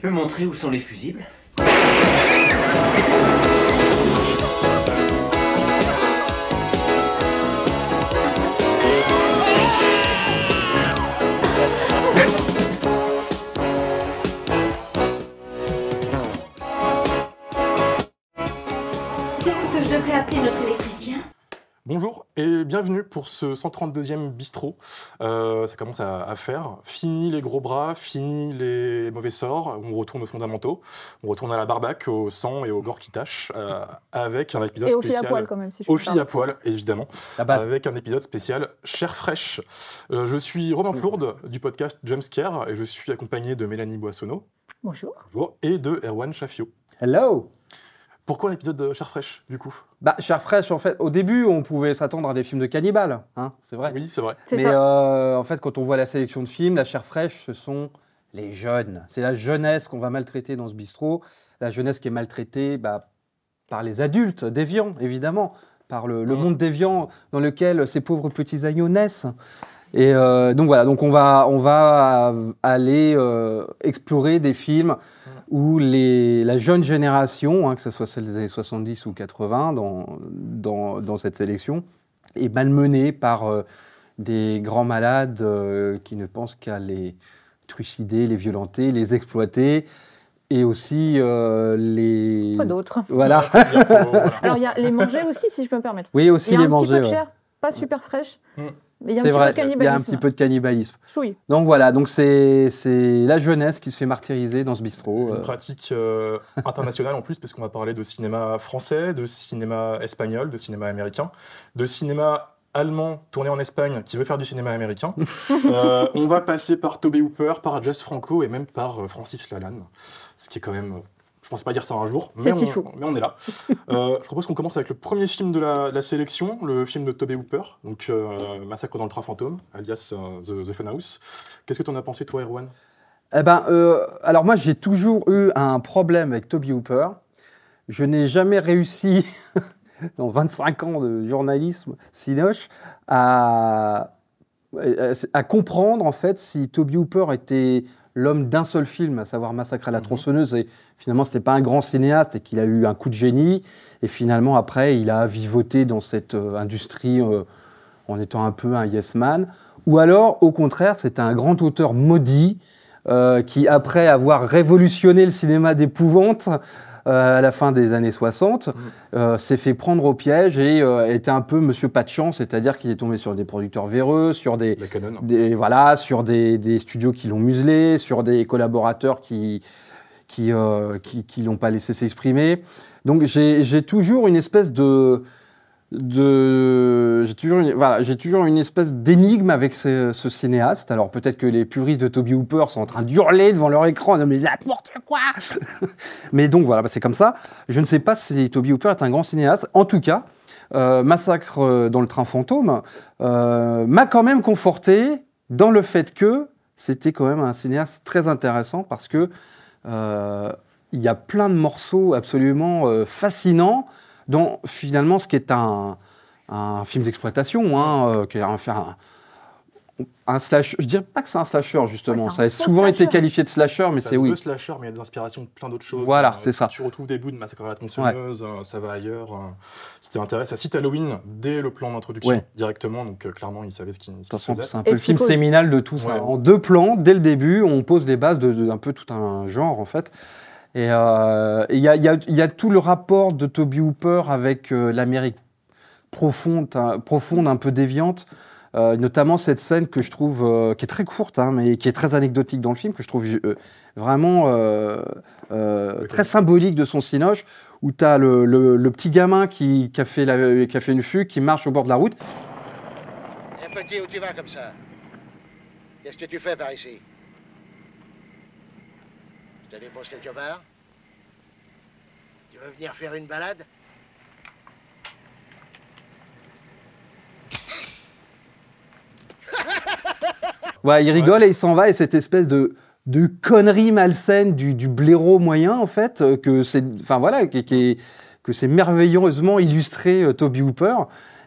peux montrer où sont les fusibles Peut-être que je devrais appeler notre électricien. Bonjour et bienvenue pour ce 132e bistrot. Euh, ça commence à, à faire. Fini les gros bras, fini les mauvais sorts. On retourne aux fondamentaux. On retourne à la barbaque, au sang et au gore qui tâche. euh, avec un épisode Et aux filles à spécial. poil quand même, si je Aux peux me filles à poil, évidemment, La base. avec un épisode spécial Chair fraîche. Euh, je suis Robin Plourde du podcast Jumpscare et je suis accompagné de Mélanie Boissonneau permettre. Bonjour. bonjour, et de Erwan Chaffiot. Hello Pourquoi un épisode de Chair fraîche, du coup Bah, Chair fraîche, en fait, au début, on pouvait s'attendre à des films de cannibales, hein, c'est vrai. Oui, c'est vrai. C'est Mais ça. euh, en fait, quand on voit la sélection de films, la chair fraîche, ce sont les jeunes. C'est la jeunesse qu'on va maltraiter dans ce bistrot. La jeunesse qui est maltraitée bah, par les adultes déviants, évidemment, par le, le Mhm. monde déviant dans lequel ces pauvres petits agneaux naissent. Et euh, donc voilà, donc on va, on va aller euh, explorer des films où les, la jeune génération, hein, que ce soit celle des années 70 ou 80 dans, dans, dans cette sélection, est malmenée par euh, des grands malades euh, qui ne pensent qu'à les trucider, les violenter, les exploiter, et aussi euh, les... Quoi d'autre Voilà. Dire que, voilà. Alors, il y a les manger aussi, si je peux me permettre. Oui, Il y aussi a les un petit peu manger. de ouais. chair, pas super fraîche, Mm. mais il y a un C'est petit peu de vrai, il y a un cannibalisme. petit peu de cannibalisme. Chouille. Donc voilà, donc c'est c'est la jeunesse qui se fait martyriser dans ce bistrot. Une euh. pratique euh, internationale en plus, parce qu'on va parler de cinéma français, de cinéma espagnol, de cinéma américain, de cinéma allemand tourné en Espagne qui veut faire du cinéma américain. Euh, on va passer par Toby Hooper, par Jess Franco et même par euh, Francis Lalanne, ce qui est quand même. euh, Je pense pas dire ça un jour, mais, C'est on, qu'il faut. mais on est là. Euh, je propose qu'on commence avec le premier film de la, de la sélection, le film de Toby Hooper, donc euh, Massacre dans le train fantôme, alias euh, The, The Funhouse. Qu'est-ce que tu en as pensé, toi, Erwan Eh ben, euh, alors moi j'ai toujours eu un problème avec Toby Hooper. Je n'ai jamais réussi, dans 25 ans de journalisme cinoche, à, à comprendre en fait si Toby Hooper était l'homme d'un seul film, à savoir Massacre à la tronçonneuse, et finalement c'était pas un grand cinéaste et qu'il a eu un coup de génie, et finalement après il a vivoté dans cette euh, industrie euh, en étant un peu un yes man, ou alors au contraire c'était un grand auteur maudit euh, qui après avoir révolutionné le cinéma d'épouvante euh, à la fin des années 60, euh, s'est fait prendre au piège et euh, était un peu monsieur pas de chance, c'est-à-dire qu'il est tombé sur des producteurs véreux, sur des, La canon des- voilà, sur des, des studios qui l'ont muselé, sur des collaborateurs qui qui euh, qui, qui l'ont pas laissé s'exprimer. Donc j'ai j'ai toujours une espèce de de j'ai toujours une, voilà j'ai toujours une espèce d'énigme avec ce, ce cinéaste alors peut-être que les puristes de Toby Hooper sont en train d'hurler devant leur écran non mais n'importe quoi mais donc voilà bah, c'est comme ça je ne sais pas si Toby Hooper est un grand cinéaste en tout cas euh, Massacre euh, dans le train fantôme euh, m'a quand même conforté dans le fait que c'était quand même un cinéaste très intéressant parce que euh, il y a plein de morceaux absolument euh, fascinants dans finalement ce qui est un, un film d'exploitation, hein, euh, qui est un, un, un slasher. Je dirais pas que c'est un slasher justement. Ouais, c'est ça un a faux souvent été slasher. qualifié de slasher, mais Ça c'est se oui. veut slasher, mais il y a des inspirations de plein d'autres choses. Euh, Voilà, c'est ça. Tu retrouves des bouts de Massacre à la tronçonneuse, euh, ça va ailleurs. euh, C'était intéressant. Ça cite Halloween dès le plan d'introduction, Ouais. directement, donc euh, clairement, il savait ce qu'il ce qu'il Attention, faisait. c'est un peu le film psychose. séminal de tout ça. Ouais. En deux plans, dès le début, on pose les bases de- de- d'un peu tout un genre, en fait. Et euh, et il y, a, il y a- il y a tout le rapport de Toby Hooper avec euh, l'Amérique profonde, hein, profonde, un peu déviante. Euh, notamment cette scène que je trouve, euh, qui est très courte, hein, mais qui est très anecdotique dans le film, que je trouve euh, vraiment euh, euh, Oui, très symbolique de son cinoche, où tu as le, le- le petit gamin qui, qui a fait la- qui a fait une fugue, qui marche au bord de la route, Eh petit, où tu vas comme ça Qu'est-ce que tu fais par ici Je te dépose quelque part Tu veux venir faire une balade Voilà, il rigole et il s'en va et cette espèce de de connerie malsaine du, du blaireau moyen en fait euh, que c'est enfin voilà qui, qui est- que c'est merveilleusement illustré euh, Toby Hooper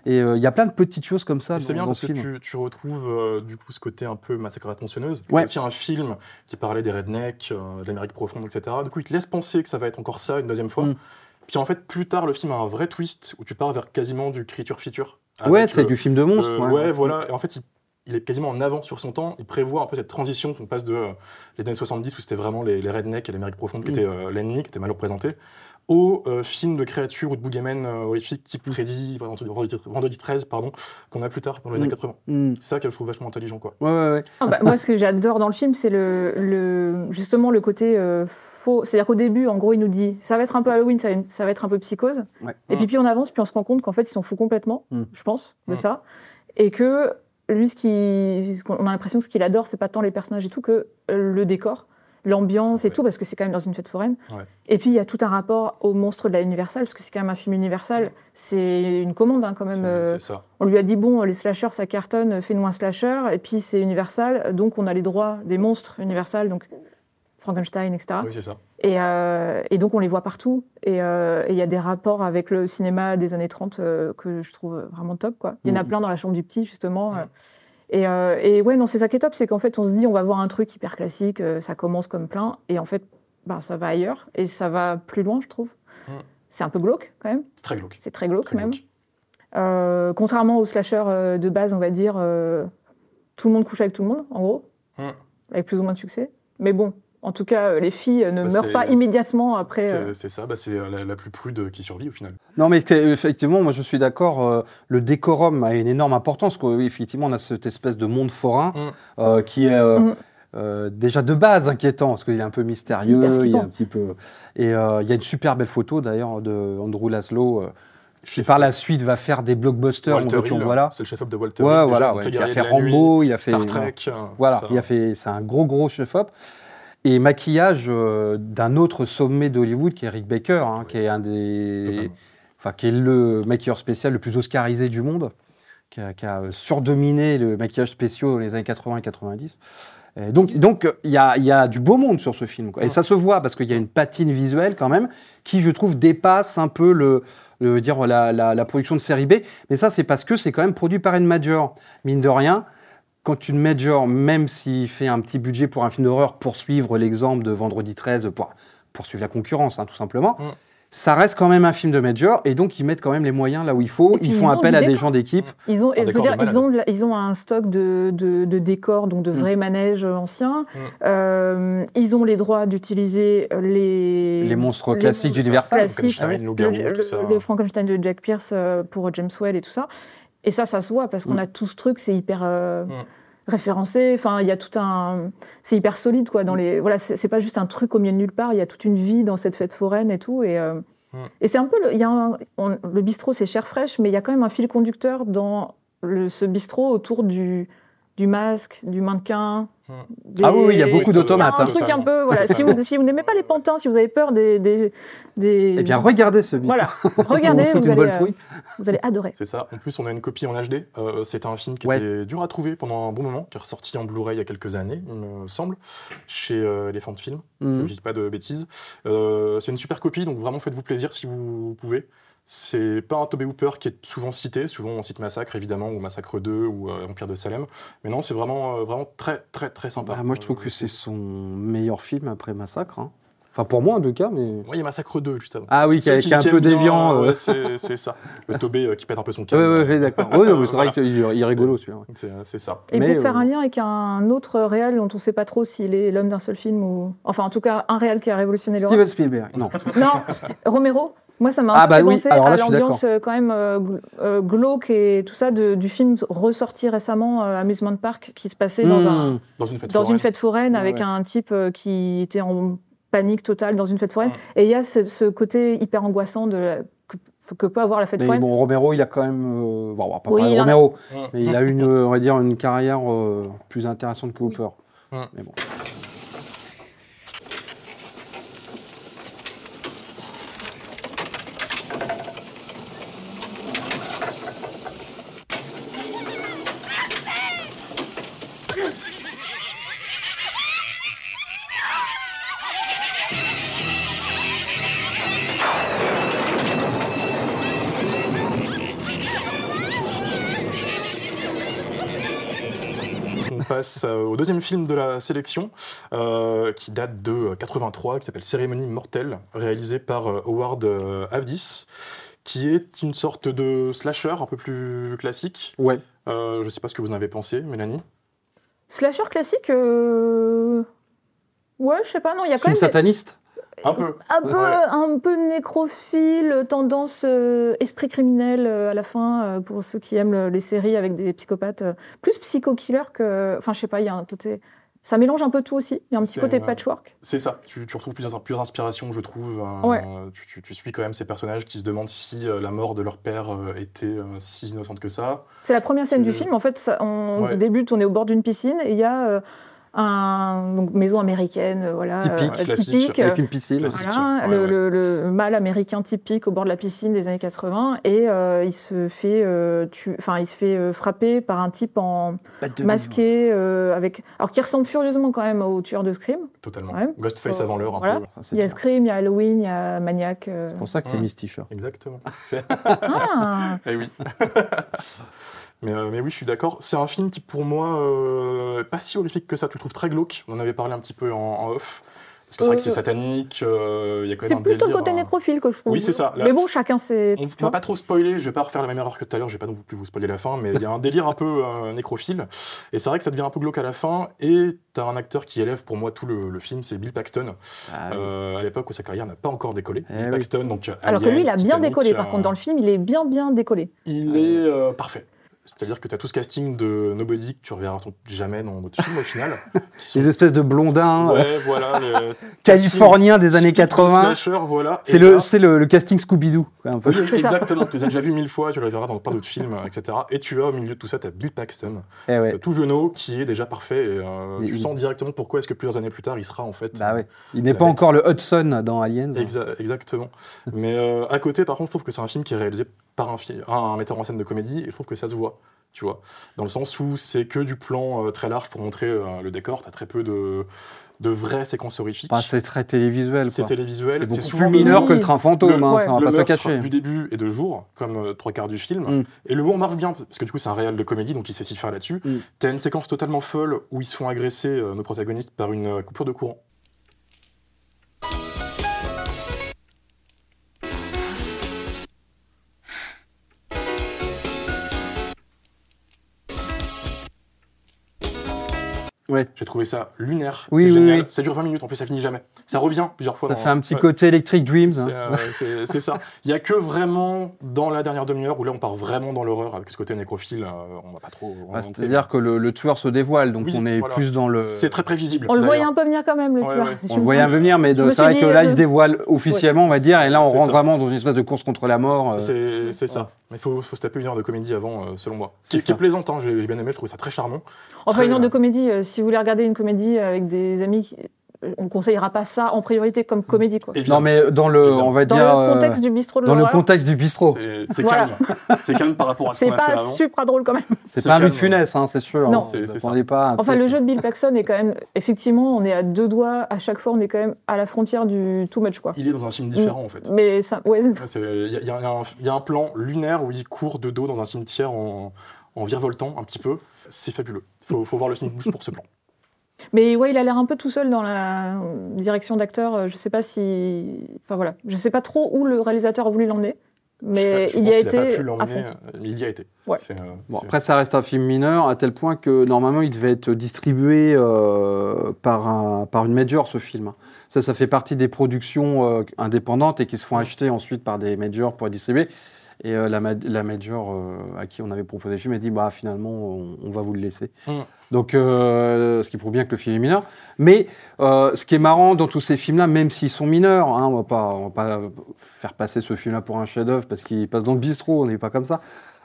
Et euh, il y a plein de petites choses comme ça Et C'est dans, bien dans parce ce que film. tu, tu retrouves euh, du coup ce côté un peu massacre à la tronçonneuse. Il y Ouais. a aussi un film qui parlait des rednecks, euh, de l'Amérique profonde, etc. Du coup, il te laisse penser que ça va être encore ça une deuxième fois. Mm. Puis en fait, plus tard, le film a un vrai twist où tu pars vers quasiment du creature feature. ouais, avec, c'est euh, du film de euh, monstre. ouais. voilà. Et en fait, il, il est quasiment en avant sur son temps. Il prévoit un peu cette transition qu'on passe de euh, les années 70 où c'était vraiment les, les rednecks et l'Amérique profonde qui Mm. étaient euh, l'ennemi, qui était mal représenté, au euh, film de créatures ou de boogeymen euh, horrifiques Mm. type Freddy, Vendredi Vendredi 13, pardon, qu'on a plus tard dans les années Mm. 80. Mm. C'est ça que je trouve vachement intelligent, quoi. Ouais, ouais, ouais. Ah bah, moi, ce que j'adore dans le film, c'est le, le- justement le côté euh, faux. C'est-à-dire qu'au début, en gros, il nous dit ça va être un peu Halloween, ça, va être- ça va être un peu psychose. Ouais. Et Ah. puis, puis on avance, puis on se rend compte qu'en fait, ils s'en foutent complètement, Mm. je pense, de Mm. ça. Et que lui, ce qui, ce qu'on- on a l'impression que ce qu'il adore, c'est pas tant les personnages et tout que euh, le décor, l'ambiance et Ouais. tout, parce que c'est quand même dans une fête foraine. Ouais. Et puis, il y a tout un rapport au monstre de la Universal, parce que c'est quand même un film Universal. C'est une commande, hein, quand même. C'est- euh, C'est ça. on lui a dit bon, les slashers ça cartonne, fais-nous un slasher, et puis c'est Universal, donc on a les droits des monstres Universal, donc Frankenstein, etc. Oui, c'est ça. Et, euh, et donc on les voit partout, et euh, et il y a des rapports avec le cinéma des années 30 euh, que je trouve vraiment top, quoi. Il y en a Mhm. plein dans la chambre du petit, justement. Mhm. euh. Et, euh, et ouais, non, c'est ça qui est top, c'est qu'en fait on se dit on va voir un truc hyper classique, euh, ça commence comme plein, et en fait bah, ça va ailleurs, et ça va plus loin, je trouve. Mhm. C'est un peu glauque, quand même, C'est très glauque. c'est très glauque, Très même. glauque. Euh, contrairement aux slashers euh, de base, on va dire, euh, tout le monde couche avec tout le monde, en gros, Hmm. avec plus ou moins de succès. Mais bon, en tout cas, euh, les filles euh, ne Bah, meurent c'est- pas c'est- immédiatement après. C'est euh, c'est ça, bah, c'est la, la plus prude qui survit au final. Non, mais que- effectivement, moi je suis d'accord. euh, le décorum a une énorme importance. Quoi. Oui, Effectivement, on a cette espèce de monde forain Mm. euh, qui est euh, Mm. euh, déjà de base inquiétant parce qu'il est un peu mystérieux, Hyper il est flippant. un petit peu. Et euh, il y a une super belle photo d'ailleurs de Andrew Laszlo euh, qui Chef- par la suite va faire des blockbusters. on veut Walter tout- Hill, voilà. c'est le chef-op de Walter Hill. Ouais, déjà, voilà, donc ouais, les il a guerriers fait de la nuit, Rambo, il a fait Star Trek. euh, Voilà, ça. il a fait, c'est un gros gros chef-op. Et maquillage euh, d'un autre sommet d'Hollywood qui est Rick Baker, hein, qui est un des, Totalement. enfin qui est le maquilleur spécial le plus oscarisé du monde, qui a, qui a, euh, surdominé le maquillage spécial dans les années 80 et 90. Et donc donc euh, il y a, il y a du beau monde sur ce film quoi. et Ouais. ça se voit parce qu'il y a une patine visuelle quand même qui je trouve dépasse un peu le, le- dire la, la- la production de série B. Mais ça c'est parce que c'est quand même produit par une major mine de rien. Quand une major, même s'il fait un petit budget pour un film d'horreur, poursuivre l'exemple de Vendredi 13 pour poursuivre la concurrence, hein, tout simplement, Mm. ça reste quand même un film de major et donc ils mettent quand même les moyens là où il faut. Et puis, Ils ils font ont appel du à des décor. gens d'équipe. Ils ont, et Un je veux décor de dire, malade. Hmm. ils ont, de la- ils ont un stock de, de, de décors, donc de Mm. vrais manèges euh, anciens. Euh, ils ont les droits d'utiliser euh, les, Les monstres les classiques monstres d'Universal, classiques, Frankenstein, loup-garou, hein, le- le- tout ça. hein. les Frankenstein de Jack Pierce euh, pour James Well et tout ça. Et ça, ça se voit parce qu'on Mm. a tout ce truc, c'est hyper euh, Mm. référencé. Enfin, il y a tout un, c'est hyper solide quoi. Dans Mm. les, voilà, c'est c'est pas juste un truc au milieu de nulle part. Il y a toute une vie dans cette fête foraine et tout. Et, euh, Mm. et c'est un peu, le, il y a un- on- le bistrot, c'est chair fraîche, mais il y a quand même un fil conducteur dans le, ce bistrot autour du du masque, du mannequin. Mm. des- Ah oui, oui, il y a beaucoup Oui, d'automates. il y a un hein. truc un peu, voilà. si vous, si vous n'aimez pas les pantins, si vous avez peur des. des, des- Eh bien, regardez ce Voilà. mystère. regardez, Pour vous foutre vous une allez, bonne euh, trouille. vous allez adorer. C'est ça. En plus, on a une copie en HD. Euh, C'était un film qui Ouais. était dur à trouver pendant un bon moment, qui est ressorti en Blu-ray il y a quelques années, il me semble, chez euh, Elephant Film. Mhm. que je dis pas de bêtises. Euh, c'est une super copie, donc vraiment faites-vous plaisir si vous pouvez. C'est pas un Tobey Hooper qui est souvent cité, souvent on cite Massacre évidemment, ou Massacre 2, ou euh, Empire de Salem, mais non, c'est vraiment, euh, vraiment très très très sympa. Euh, Bah, moi, je trouve que c'est son meilleur film après Massacre. hein. Enfin, pour moi en tout cas, mais. Oui, il y a Massacre 2 juste avant. Ah oui, qui est qui est un aime peu bien, euh, déviant. euh. ouais, c'est c'est ça. Le Tobey euh, qui pète un peu son Ouais, câble. ouais, ouais, d'accord. Ouais, non, mais c'est Voilà. vrai qu'il est- il est rigolo celui-là. ouais. C'est c'est ça. Et Mais, pour faire euh, un lien avec un autre réel dont on ne sait pas trop s'il est l'homme d'un seul film ou. Enfin, en tout cas, un réel qui a révolutionné l'Europe. Steven Spielberg. Non. Non, Romero. Moi, ça m'a Ah, un peu bah fait oui, penser alors là, à je suis l'ambiance euh, quand même euh, gl- euh, glauque et tout ça de- du film ressorti récemment, euh, Amusement Park, qui se passait dans un, Hmm. Dans une fête dans foraine. une fête foraine Ouais, avec ouais. un type euh, qui était en panique totale dans une fête foraine. Mm. Hmm. Et il y a ce, ce côté hyper angoissant de la- que, que peut avoir la fête Mais foraine. bon, Romero, il a quand même. euh, Bon, on va pas Oui, parler de il en a- Romero, Mhm. mais il a une, euh, on va dire, une carrière euh, plus intéressante que Hooper. Mhm. Mais bon. passe euh, au deuxième film de la sélection, euh, qui date de euh, 83, qui s'appelle Cérémonie mortelle, réalisé par euh, Howard euh, Avdis, qui est une sorte de slasher un peu plus classique. Ouais. Euh, je ne sais pas ce que vous en avez pensé, Mélanie. Slasher classique euh, Ouais, je sais pas, non, il y a quand Film même des- sataniste Euh, Un peu. un peu, Ouais. un peu nécrophile, tendance euh, esprit criminel euh, à la fin, euh, pour ceux qui aiment le- les séries avec des psychopathes, euh, plus psycho-killer que. Enfin, je sais pas, il y a un côté. Ça mélange un peu tout aussi. Il y a un petit C'est, côté ouais. patchwork. C'est ça, tu, tu retrouves plusieurs, plusieurs inspirations, je trouve. Euh, Ouais. tu, tu- tu suis quand même ces personnages qui se demandent si euh, la mort de leur père euh, était euh, si innocente que ça. C'est la première scène du Euh, film. En fait, ça- on ouais. débute, on est au bord d'une piscine et il y a euh, un donc, maison américaine, euh, voilà, Typique, classique, euh, avec une piscine. Classique. Voilà, Ouais, le, ouais. le- le mâle américain typique au bord de la piscine des années 80 et euh, il se fait, euh, tu- enfin il se fait euh, frapper par un type en masqué euh, avec, alors qui ressemble furieusement quand même au tueur de Scream. Totalement. Ouais. Ghostface Euh, avant l'heure, un voilà. peu. Ça, c'est Il y a clair. Scream, il y a Halloween, il y a Maniac. euh. C'est pour ça que t'es Mm. mis ce t-shirt. Exactement. Ah Eh oui. mais, euh, mais oui, je suis d'accord. C'est un film qui, pour moi, euh, pas si horrifique que ça. Tu le trouves très glauque. On en avait parlé un petit peu en, en off. Parce que c'est vrai que c'est Euh, satanique. euh, Il y a quand c'est même un plutôt le délire, côté hein. nécrophile que je trouve. Oui, c'est ça. Là- Mais bon, chacun ses. On tu va vois. pas trop spoiler, je vais pas refaire la même erreur que tout à l'heure, je vais pas non plus vous spoiler la fin, mais il y a un délire un peu euh, nécrophile. Et c'est vrai que ça devient un peu glauque à la fin. Et t'as un acteur qui élève pour moi tout le, le film, c'est Bill Paxton. Ah, oui. Euh, à l'époque où sa carrière n'a pas encore décollé. Eh Bill oui. Paxton, donc. euh, Alors que lui, il a Aliens, bien Titanic, décollé. Par euh, contre, dans le film, il est bien bien décollé. il est euh, parfait. C'est-à-dire que tu as tout ce casting de Nobody que tu reverras ton- jamais dans d'autres films au final. Les espèces de blondins euh, ouais, voilà. le californiens des années typique 80. Slasher, voilà. C'est Et le, là- c'est le, le casting Scooby-Doo. quoi, un peu. C'est ça. Exactement, tu les as déjà vu mille fois, tu les verras dans plein d'autres films, etc. Et tu as au milieu de tout ça, tu as Bill Paxton, Eh ouais. euh, tout genou, qui est déjà parfait. Et, euh, Mais tu il- sens directement pourquoi est-ce que plusieurs années plus tard, il sera en fait Bah ouais. Il n'est La pas bête. encore le Hudson dans Aliens. Exa- exactement. Mais euh, à côté, par contre, je trouve que c'est un film qui est réalisé par un, fi- un, un metteur en scène de comédie, et je trouve que ça se voit, tu vois. Dans le sens où c'est que du plan euh, très large pour montrer euh, le décor, t'as très peu de, de vraies séquences horrifiques. Enfin, c'est très télévisuel. c'est quoi. C'est télévisuel, c'est beaucoup souvent plus mineur le- que le train fantôme, le- hein, ouais. ça, on va le pas se le meurtre cacher. du début et de jour, comme euh, trois quarts du film. Mm. Et le humour marche bien, parce que du coup, c'est un réel de comédie, donc il sait s'y faire là-dessus. Mm. T'as une séquence totalement folle où ils se font agresser, euh, nos protagonistes, par une euh, coupure de courant. Ouais. J'ai trouvé ça lunaire, Oui, c'est oui, génial. oui. Ça dure 20 minutes, en plus ça finit jamais. Ça revient plusieurs fois. Ça dans- fait un petit Ouais. côté Electric Dreams. C'est hein. euh, c'est- c'est ça. Il n'y a que vraiment dans la dernière demi-heure où là on part vraiment dans l'horreur avec ce côté nécrophile. euh, on va pas trop. Bah, orienter. C'est-à-dire que euh, le, le tueur se dévoile, donc Oui, on est voilà. plus dans le. C'est très prévisible. On le voyait d'ailleurs. un peu venir quand même, le Ouais, tueur. ouais. Je On me le voyait un souviens. peu venir, mais Je donc me c'est suis vrai que dit, là, euh, il se dévoile officiellement, on va dire, et là, on C'est rentre ça. vraiment dans une espèce de course contre la mort. euh, C'est c'est ça. Mais il faut, faut se taper une heure de comédie avant, euh, selon moi. C'est Qui, qui est ça. plaisante, hein, j'ai j'ai bien aimé, je trouve ça très charmant. Enfin, Très une heure bien. de comédie, euh, si vous voulez regarder une comédie avec des amis, qui- euh, on ne conseillera pas ça en priorité comme comédie. Quoi. Non, mais dans le, Évidemment. on va Dans dire. le euh, contexte du bistrot de dans le l'horreur, contexte du bistrot. C'est c'est Voilà. calme. C'est calme par rapport à ce c'est qu'on a fait pas avant. super drôle quand même. C'est C'est pas un calme. but funeste, hein, c'est sûr. Non. hein, C'est- c'est on n'est pas. un Enfin, truc- euh, le jeu de Bill Paxton est quand même, effectivement, on est à deux doigts, à chaque fois, on est quand même à la frontière du too much, quoi. Il est dans un film différent en fait. Mais ça, ouais, C'est- Il y, a- il y a un- il y a un plan lunaire où il court de dos dans un cimetière en, en virevoltant un petit peu. C'est fabuleux. Faut, faut voir le film juste pour ce plan. mais ouais, il a l'air un peu tout seul dans la euh, direction d'acteur. euh, Je sais pas si, enfin voilà, je sais pas trop où le réalisateur a voulu l'emmener, mais Je- je il y pense a qu'il été pas pu à fond. l'emmener, euh, mais il y a été. Ouais. C'est, euh, Bon, c'est- après, ça reste un film mineur, à tel point que normalement, il devait être distribué euh, par, un, par une major, ce film. Ça, ça fait partie des productions euh, indépendantes et qui se font acheter ensuite par des majors pour être distribuées. Et euh, la, ma- la major euh, à qui on avait proposé le film a dit bah, finalement, on, on va vous le laisser. Mm. Donc, euh, ce qui prouve bien que le film est mineur. Mais euh, ce qui est marrant dans tous ces films-là, même s'ils sont mineurs, hein, on ne va pas faire passer ce film-là pour un chef-d'œuvre parce qu'il passe dans le bistrot, on n'est pas comme ça.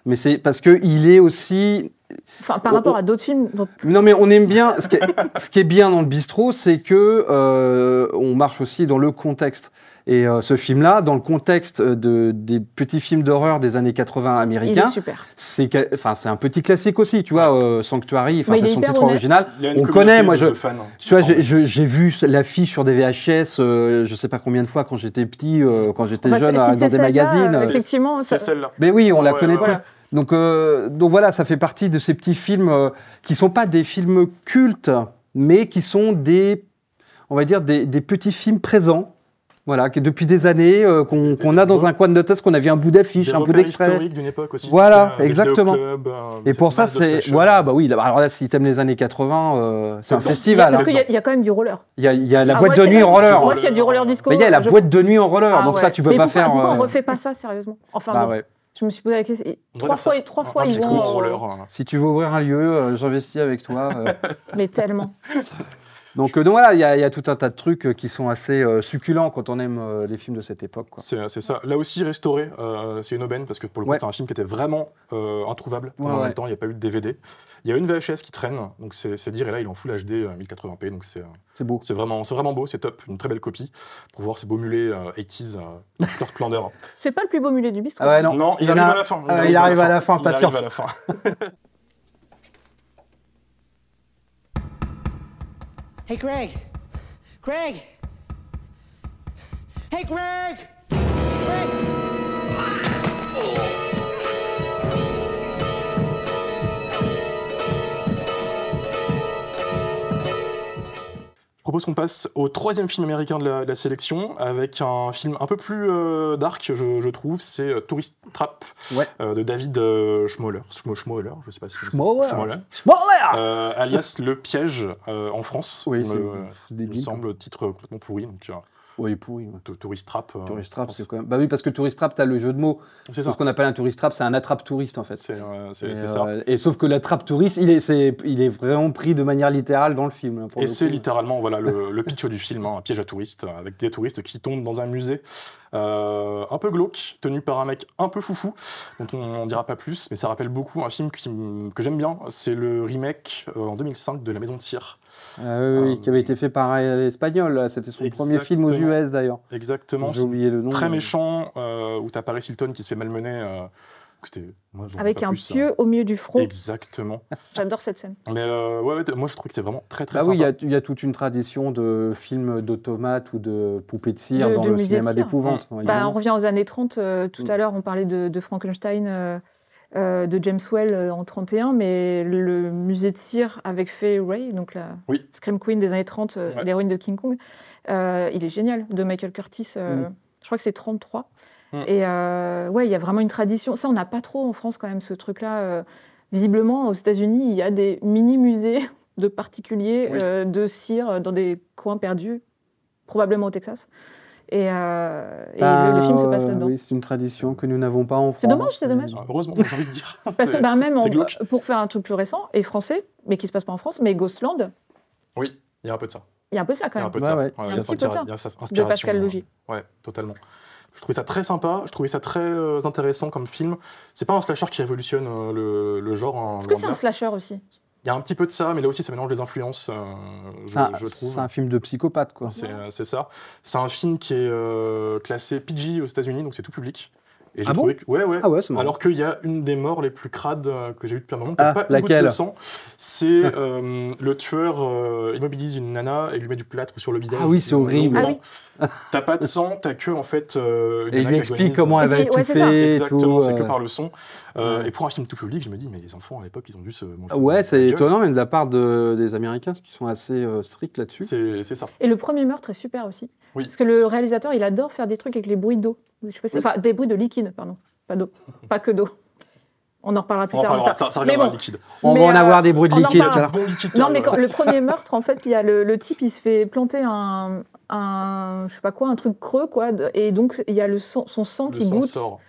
Mais c'est parce qu'il est aussi Enfin, par Oh, rapport oh. à d'autres films, donc non mais on aime bien. Ce qui est, ce qui est bien dans le bistrot, c'est que euh, on marche aussi dans le contexte. Et euh, ce film-là, dans le contexte de, des petits films d'horreur des années 80 il est américains, super. c'est qu'a- enfin c'est un petit classique aussi, tu vois, euh, Sanctuary. Enfin Mais c'est il est son hyper titre honnête. original. Il y a une On communauté connaît, moi de- je. de fans, hein. Tu vois, énorme. j'ai- je- j'ai vu l'affiche sur des VHS, euh, je sais pas combien de fois quand j'étais petit, euh, quand j'étais Enfin, jeune, c'est- à- si dans c'est des celle-là, magazines. euh, euh, effectivement, C'est ça- celle-là. mais oui, on la Ouais, connaît ouais, pas. ouais. Donc, euh, donc voilà, ça fait partie de ces petits films euh, qui sont pas des films cultes, mais qui sont des, on va dire, des, des petits films présents. Voilà, que depuis des années, euh, qu'on qu'on a dans un coin de notre tête, qu'on a vu un bout d'affiche, Des un bout repères d'extrait. historiques d'une époque aussi. euh, Voilà, tu sais, un exactement. vidéoclub, un- Et cette pour ça, masse de c'est. slashers. Voilà, bah oui, là, alors là, si t'aimes les années 80, euh, c'est un Dedans. festival. Parce hein. qu'il y, a- il y a quand même du roller. Il y a, il y a la Ah, boîte moi, de c'est- nuit en roller. Moi, s'il y a du roller disco. Mais il y a la je- boîte de nuit en roller, Ah donc ouais. ça, tu peux Mais pas pourquoi- faire. Pourquoi on euh, refait pas ça sérieusement Enfin, bah bon, ouais. je me suis posé la question. et On devrait Trois faire fois, ça. et trois Un- fois, un ils disco vont. pour euh, l'heure, hein. Si tu veux ouvrir un lieu, euh, j'investis avec toi. euh. Mais tellement. donc, euh, donc voilà, il y, a- il y a tout un tas de trucs euh, qui sont assez euh, succulents quand on aime euh, les films de cette époque. quoi. C'est c'est ça. Là aussi, restauré, euh, c'est une aubaine parce que pour le coup, Ouais. c'était un film qui était vraiment euh, introuvable. Ouais, Pendant ouais. longtemps, il n'y a pas eu de DVD. Il y a une VHS qui traîne, donc c'est c'est dire, et là, il est en full HD euh, 1080p, donc c'est euh, C'est beau. c'est vraiment, c'est vraiment beau, c'est top. Une très belle copie pour voir ces beaux mulets euh, 80s, euh, leur splendeur. C'est pas le plus beau milieu du bistrot. Ah ouais, non. Non, il, il y en arrive a- à la fin. euh, il arrive à la fin, Il patience. arrive à la fin. Hey, Greg! Greg! Hey, Greg! Greg! Je propose qu'on passe au troisième film américain de la, de la sélection avec un film un peu plus euh, dark, je, je trouve. C'est euh, Tourist Trap Ouais. euh, de David euh, Schmoller. Schmo- Schmoller, je sais pas si c'est- Schmoller. Schmoller. Spoiler Euh, alias Le Piège euh, en France. ah Oui, il c'est me, pff, il me débile. semble titre complètement pourri. Donc, euh, Oui, pourri. ouais. Tou- Tourist Trap. euh, Tourist en trap, France. c'est quand même. Bah oui, parce que tourist trap, t'as le jeu de mots. c'est Ce ça. qu'on appelle un tourist trap, c'est un attrape touriste en fait. C'est euh, c'est- Et, c'est ça. euh, et sauf que la trappe touriste, il est, c'est- il est vraiment pris de manière littérale dans le film. hein, pour Et le c'est coup. littéralement voilà, le, le pitch du film, hein, un piège à touristes, euh, avec des touristes qui tombent dans un musée euh, un peu glauque, tenu par un mec un peu foufou, dont on n'en dira pas plus, mais ça rappelle beaucoup un film qui m- que j'aime bien, c'est le remake euh, en 2005 de La Maison de Cire. Ah oui, oui, qui avait été fait par un espagnol. là. C'était son premier film aux Exactement. US d'ailleurs. Exactement, J'ai oublié le nom. très mais- méchant, euh, où t'as Paris Hilton qui se fait malmener. euh, que c'était- moi, j'en dis Avec pas un plus, hein. pieu au milieu du front. Exactement. J'adore cette scène. Mais euh, ouais, ouais, t- moi je trouve que c'est vraiment très très Bah oui, il y, sympa. a- il y a toute une tradition de films d'automates ou de poupées de cire De- dans de le musée de cinéma cire. d'épouvante. Bah, évidemment. on revient aux années 30. euh, Mmh. tout à l'heure, on parlait de, de Frankenstein, euh, euh, de James Well euh, en 31, mais le musée de cire avec Faye Ray, donc la Oui. Scream Queen des années 30, euh, Ouais. l'héroïne de King Kong, euh, il est génial, de Michael Curtis. euh, Mmh. Je crois que c'est 33. Mm. Et euh, ouais, il y a vraiment une tradition. Ça, on n'a pas trop en France quand même ce truc-là. euh, visiblement, aux États-Unis, il y a des mini-musées de particuliers Oui. euh, de cire euh, dans des coins perdus, probablement au Texas. Et, euh, et le, le film se passe Bah, là-dedans. Oui, c'est une tradition que nous n'avons pas en France. C'est dommage, c'est mais- dommage. Ah, Heureusement, j'ai envie de dire. Parce que C'est- bah, même en- c'est glauque. pour faire un truc plus récent et français, mais qui se passe pas en France, mais Ghostland, Oui, il y a un peu de ça. il y a un peu ça quand Il y a même, un peu de Ouais, ça. ouais. Ouais, Il y a un il petit peu de ça. il y a sa de inspiration, Pascal hein. Logier. Ouais, totalement. Je trouvais ça très sympa, je trouvais ça très euh, intéressant comme film. C'est pas un slasher qui révolutionne euh, le, le genre. hein, Est-ce que loin c'est de un là. slasher aussi Il y a un petit peu de ça, mais là aussi ça mélange les influences, euh, je, C'est un, je c'est trouve. un film de psychopathe, quoi. C'est euh, c'est ça. C'est un film qui est euh, classé PG aux États-Unis, donc c'est tout public. Et j'ai Ah bon trouvé que- Ouais, ouais. Ah ouais, c'est marrant. Alors qu'il y a une des morts les plus crades euh, que j'ai eues depuis un moment, qui a Ah, pas une goutte de laquelle Ah. sang. C'est euh, le tueur euh, immobilise une nana et lui met du plâtre sur le visage. Ah oui, c'est Euh, horrible. blanc. Ah T'as pas de sang, t'as que en fait. euh, une Et il nana lui qui explique agonise. comment elle va Et puis- être ouais, c'est ça. touffée et tout. Exactement, c'est que euh. par le son. Euh, ouais. Et pour un film tout public, je me dis, mais les enfants à l'époque, ils ont dû se manger. Ouais, la c'est gueule. étonnant, même de la part de- des Américains, qui sont assez euh, stricts là-dessus. C'est c'est ça. Et le premier meurtre est super aussi. Oui. Parce que le réalisateur, il adore faire des trucs avec les bruits d'eau. Je sais pas si- Oui. Enfin, des bruits de liquide, pardon. Pas d'eau. Pas que d'eau. On en reparlera plus On en tard. de parlera, ça. ça, ça Mais reviendra bon. liquide. On Mais, va en euh, avoir des bruits de on en liquide. parle. tout à l'heure. Bon liquide. Non, car, mais quand, euh, le premier meurtre, en fait, il y a le, le type, il se fait planter un, un, je sais pas quoi, un truc creux, quoi, de- et donc il y a le sang- son sang le qui sang goûte. sort.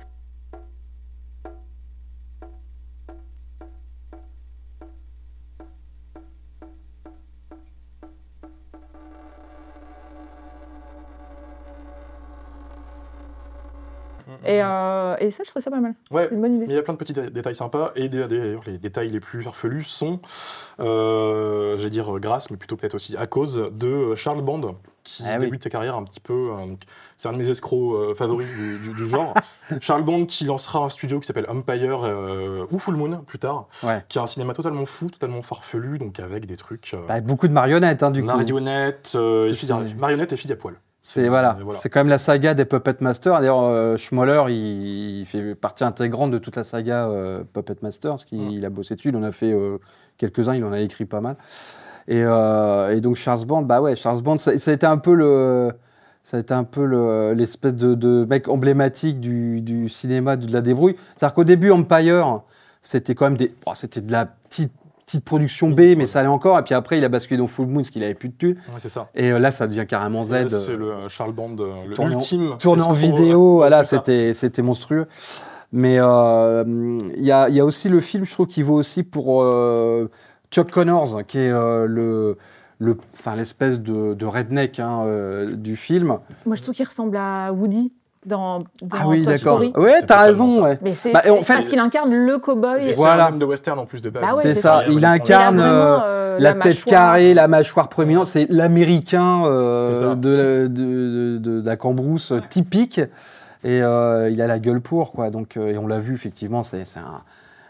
Et, euh, et ça, je trouvais ça pas mal. Ouais, C'est une bonne Mais idée. il y a plein de petits dé- détails sympas, et dé- d'ailleurs les détails les plus farfelus sont, euh, j'allais dire euh, grâce, mais plutôt peut-être aussi à cause de euh, Charles Band, qui Ah oui. débute sa carrière un petit peu, euh, donc c'est un de mes escrocs euh, favoris du, du- du genre. Charles Band qui lancera un studio qui s'appelle Empire euh, ou Full Moon plus tard, Ouais. qui a un cinéma totalement fou, totalement farfelu, donc avec des trucs euh, Bah, beaucoup de marionnettes, hein, Bah, du coup. marionnettes, euh, Parce et que filles à- c'est- marionnettes et filles à poil. C'est voilà, voilà. c'est quand même la saga des Puppet Master. D'ailleurs, euh, Schmoller, il, il fait partie intégrante de toute la saga euh, Puppet Master, parce qu'il Mm. il a bossé dessus. Il en a fait euh, quelques-uns, il en a écrit pas mal. Et, euh, et donc Charles Band, bah ouais, Charles Band, ça, ça a été un peu le, ça a été un peu le- l'espèce de, de mec emblématique du, du cinéma, de la débrouille. C'est-à-dire qu'au début, Empire, c'était quand même des, oh, c'était de la petite petite production B, mais ça allait encore. Et puis après, il a basculé dans Full Moon, parce qu'il avait plus de thunes. Ouais, c'est ça. Et euh, là, ça devient carrément Z. Là, euh, C'est le euh, Charles Band, euh, c'est le tourné en- ultime. tourné en escroc. vidéo, Ouais, voilà, c'est ça. c'était c'était monstrueux. Mais euh, il y, a, il y a aussi le film, je trouve, qui vaut aussi pour euh, Chuck Connors, qui est euh, le le- enfin l'espèce de, de redneck hein, euh, du film. Moi, je trouve qu'il ressemble à Woody dans, dans Toy Story. Ouais, C'est t'as totalement raison. ça. ouais. Mais c'est Ah Bah, et en fait- parce qu'il incarne le Et cow-boy. Ah C'est Voilà. un homme de western en plus de base. Bah ouais, c'est c'est ça. ça. Il Il a incarne euh, vraiment, euh, la, tête mâchoire. carrée, la mâchoire prominente. C'est l'américain euh, C'est ça. de, la- de- de- de- de la cambrousse euh, typique. Et euh, il a la gueule pour, quoi. Donc, euh, et on l'a vu, effectivement, c'est c'est un,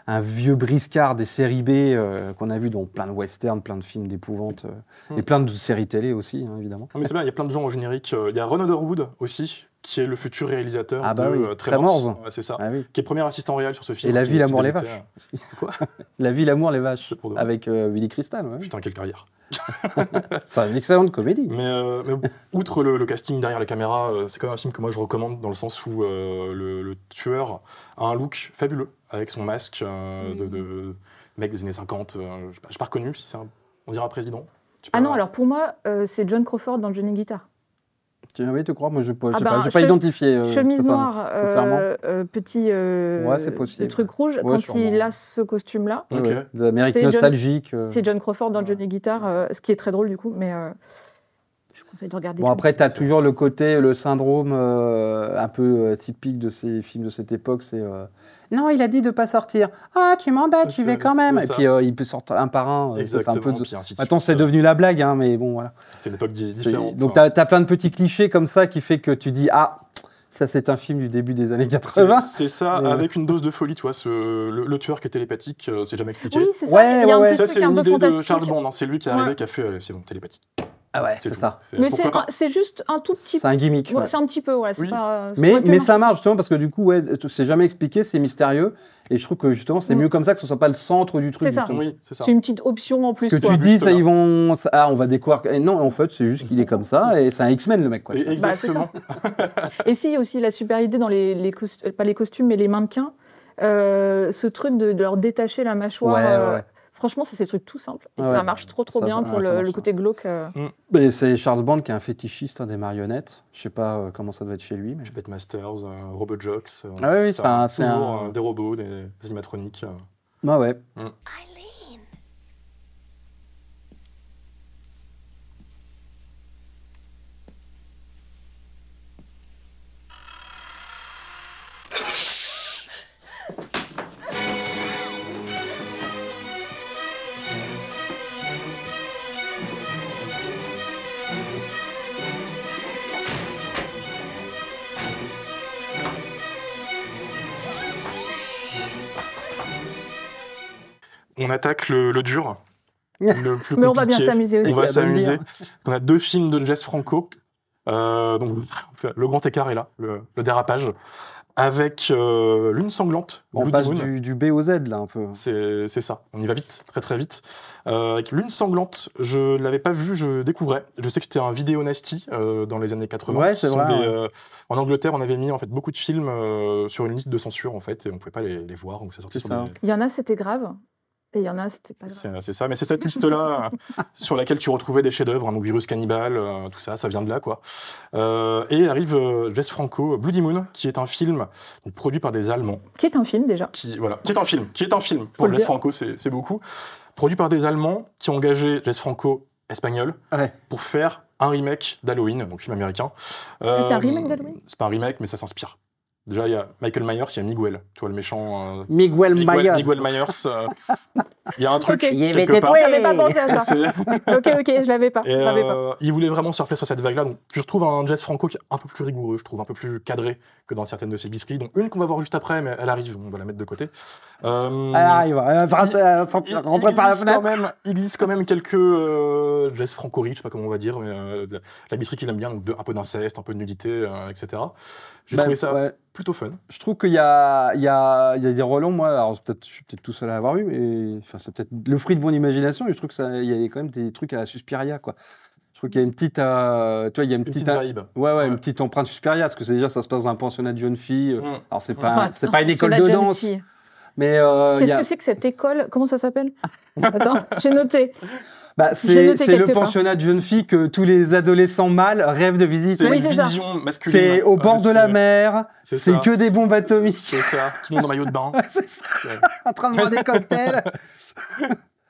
un vieux briscard des séries B euh, qu'on a vu dans plein de westerns, plein de films d'épouvante euh, Hmm. et plein de séries télé aussi, hein, évidemment. Non, mais c'est bien, il y a plein de gens au générique. Euh, Il y a Ron Underwood aussi, qui est le futur réalisateur Ah bah de oui, euh, Tremors. Tremors. Ouais, c'est ça. Ah oui. Qui est premier assistant réel sur ce film. Et La qui- vie, qui l'amour, les débutait, vaches. euh, C'est quoi La vie, l'amour, les vaches, C'est pour de vrai. avec euh, Billy Crystal. ouais. Putain, quelle carrière. C'est une excellente comédie. Mais, euh, mais outre le, le casting derrière la caméra, euh, c'est quand même un film que moi je recommande dans le sens où euh, le, le tueur a un look fabuleux avec son masque euh, de, de mec des années 50. euh, je n'ai pas reconnu si c'est un- On dira président. Je sais Ah pas. non, alors pour moi, euh, c'est John Crawford dans Johnny Guitar. Tu, ah oui, tu crois Moi, je n'ai pas, Ah j'ai bah, pas- j'ai pas che- identifié. euh, Chemise sincèrement. noire, euh, sincèrement. euh, petit euh, Ouais, c'est possible. le truc rouge. Ouais, Quand sûrement. il a ce costume-là, Ok. Ouais, de l'Amérique C'est John- nostalgique. euh. c'est John Crawford dans Ouais. Johnny Guitar, euh, ce qui est très drôle du coup, mais euh, je conseille de regarder. Bon, Johnny. après, tu as toujours le côté, le syndrome euh, un peu euh, typique de ces films de cette époque, c'est... euh, non, il a dit de pas sortir. Ah, tu m'embêtes, tu C'est- vas quand même. c'est Et ça. puis, euh, ils sortent un par un. euh, ça, c'est Exactement. un peu de- puis ainsi de Attends, suite. c'est devenu la blague, hein, mais bon, voilà. C'est une époque di- C'est- différente. Donc, tu hein. as, plein de petits clichés comme ça qui fait que tu dis, ah, ça, c'est un film du début des années C'est 80. c'est ça, Mais- avec une dose de folie, tu vois. ce- le, le tueur qui est télépathique, euh, c'est jamais expliqué. Oui, c'est ça. Ouais, il y ouais, a un ouais. petit ça, truc c'est un une peu idée de fantastique. Charles Bond. hein. C'est lui qui est arrivé, Ouais. qui a fait euh, c'est bon, télépathique. Ah ouais, c'est tout. ça. Mais c'est pourquoi un- c'est juste un tout petit C'est un gimmick. Ouais, ouais. C'est un petit peu, ouais. c'est Oui. pas, euh, ça Mais, aurait pu mais marcher. ça marche justement parce que du coup, ouais, c'est jamais expliqué, c'est mystérieux. Et je trouve que justement, c'est Mm. mieux comme ça que ce soit pas le centre du truc. C'est ça. justement. pas Oui, c'est ça. C'est une petite option en plus. que tu ouais. dis, Juste ça, là. ils vont. ça- ah, on va découvrir. que- eh non, en fait, c'est juste qu'il est comme ça et c'est un X-Men, le mec. Quoi. Et- Bah, c'est ça. Exactement. Et si, il y a aussi la super idée dans les, les costu- pas les costumes, mais les mannequins, euh, ce truc de, de leur détacher la mâchoire. Ouais, ouais, euh, ouais. Franchement, c'est ces trucs tout simples. Et Ouais, ouais. ça marche trop, trop Ça bien va- pour ouais, ça le, marche, le côté glauque. euh. Et c'est Charles Band qui est un fétichiste hein, des marionnettes. Je sais pas euh, comment ça doit être chez lui. Mais... Puppet Masters, euh, Robot Jocks. euh, Ah oui, oui, ça, c'est un- c'est toujours, un- euh, des robots, des des animatroniques. euh. Ah ouais. Eileen. On attaque le, le dur. le plus Mais on va bien compliqué. s'amuser On aussi. va à bonne s'amuser. On a deux films de Jess Franco. Euh, donc, le grand écart est là, le, le dérapage. Avec euh, Lune sanglante, On Bloody passe Moon. du, du B au Z, là, un peu. C'est c'est ça, on y va vite, très très vite. Euh, avec Lune sanglante, je ne l'avais pas vu, je découvrais. Je sais que c'était un vidéo nasty euh, dans les années 80. Ouais, qui c'est sont vrai, des, ouais. euh, en Angleterre, on avait mis en fait beaucoup de films euh, sur une liste de censure en fait, et on ne pouvait pas les, les voir. donc ça sortait C'est sur ça. des- Il y en a, c'était grave. Et il y en a, c'était pas grave. c'est c'est ça, mais c'est cette liste-là euh, sur laquelle tu retrouvais des chefs-d'œuvre, hein, donc Virus Cannibal, euh, tout ça, ça vient de là, quoi. Euh, et arrive euh, Jess Franco, Bloody Moon, qui est un film donc, produit par des Allemands, Qui est un film déjà. qui voilà, qui est un film, qui est un film. Pour le Jess dire. Franco, c'est c'est beaucoup. Produit par des Allemands qui ont engagé Jess Franco espagnol Ouais. pour faire un remake d'Halloween, donc film américain. Euh, Ah, c'est un remake d'Halloween C'est pas un remake, mais ça s'inspire. Déjà, il y a Michael Myers, il y a Miguel, tu vois, le méchant. euh, Miguel, Miguel Myers. Miguel Myers. euh, Il y a un truc. Ok. Il quelque était part. Ouais. J'avais pas pensé à ça. C'est- ok, ok, je l'avais pas. Et, Je l'avais pas. euh, il voulait vraiment surfer sur cette vague-là. Donc, tu retrouves un Jess Franco qui est un peu plus rigoureux, je trouve, un peu plus cadré que dans certaines de ses biscuits. Donc, une qu'on va voir juste après, mais elle arrive, on va la mettre de côté. Euh, Elle Ah, arrive, elle Ah, va rentrer- elle va sortir- rentrer par la glisse quand fenêtre. même, il glisse quand même quelques euh, gestes franco-riches, je sais pas comment on va dire, mais euh, de- la bisserie qu'il aime bien, donc de- un peu d'inceste, un peu de nudité, euh, etc. J'ai Bah, trouvé ça ouais. plutôt fun. Je trouve qu'il y a, il y, a, il y a des relents, moi, alors c'est peut-être- je suis peut-être tout seul à l'avoir vu, mais enfin, c'est peut-être le fruit de mon imagination, et je trouve qu'il y a quand même des trucs à Suspiria, quoi. Je trouve qu'il y a une petite, euh, tu vois, il y a une, Une petite petite, un- vibe. ouais, ouais, Ouais. une petite empreinte Suspiria, parce que c'est déjà, ça se passe dans un pensionnat de jeunes filles. euh, Mm. Alors, c'est pas, Enfin, c'est pas une école sur la de jeune danse, fille. mais euh, il y Qu'est-ce a- que c'est que cette école Comment ça s'appelle Attends, j'ai noté. bah, J'ai c'est noté c'est le quelque part. pensionnat de jeunes filles que tous les adolescents mâles rêvent de visiter. C'est Oui, une c'est ça. vision masculine. C'est au Ouais, bord de Ah, c'est- la mer, c'est ça. c'est que des bombes atomiques. C'est ça, tout le monde en maillot de bain. c'est ça, Ouais. en train de boire des cocktails.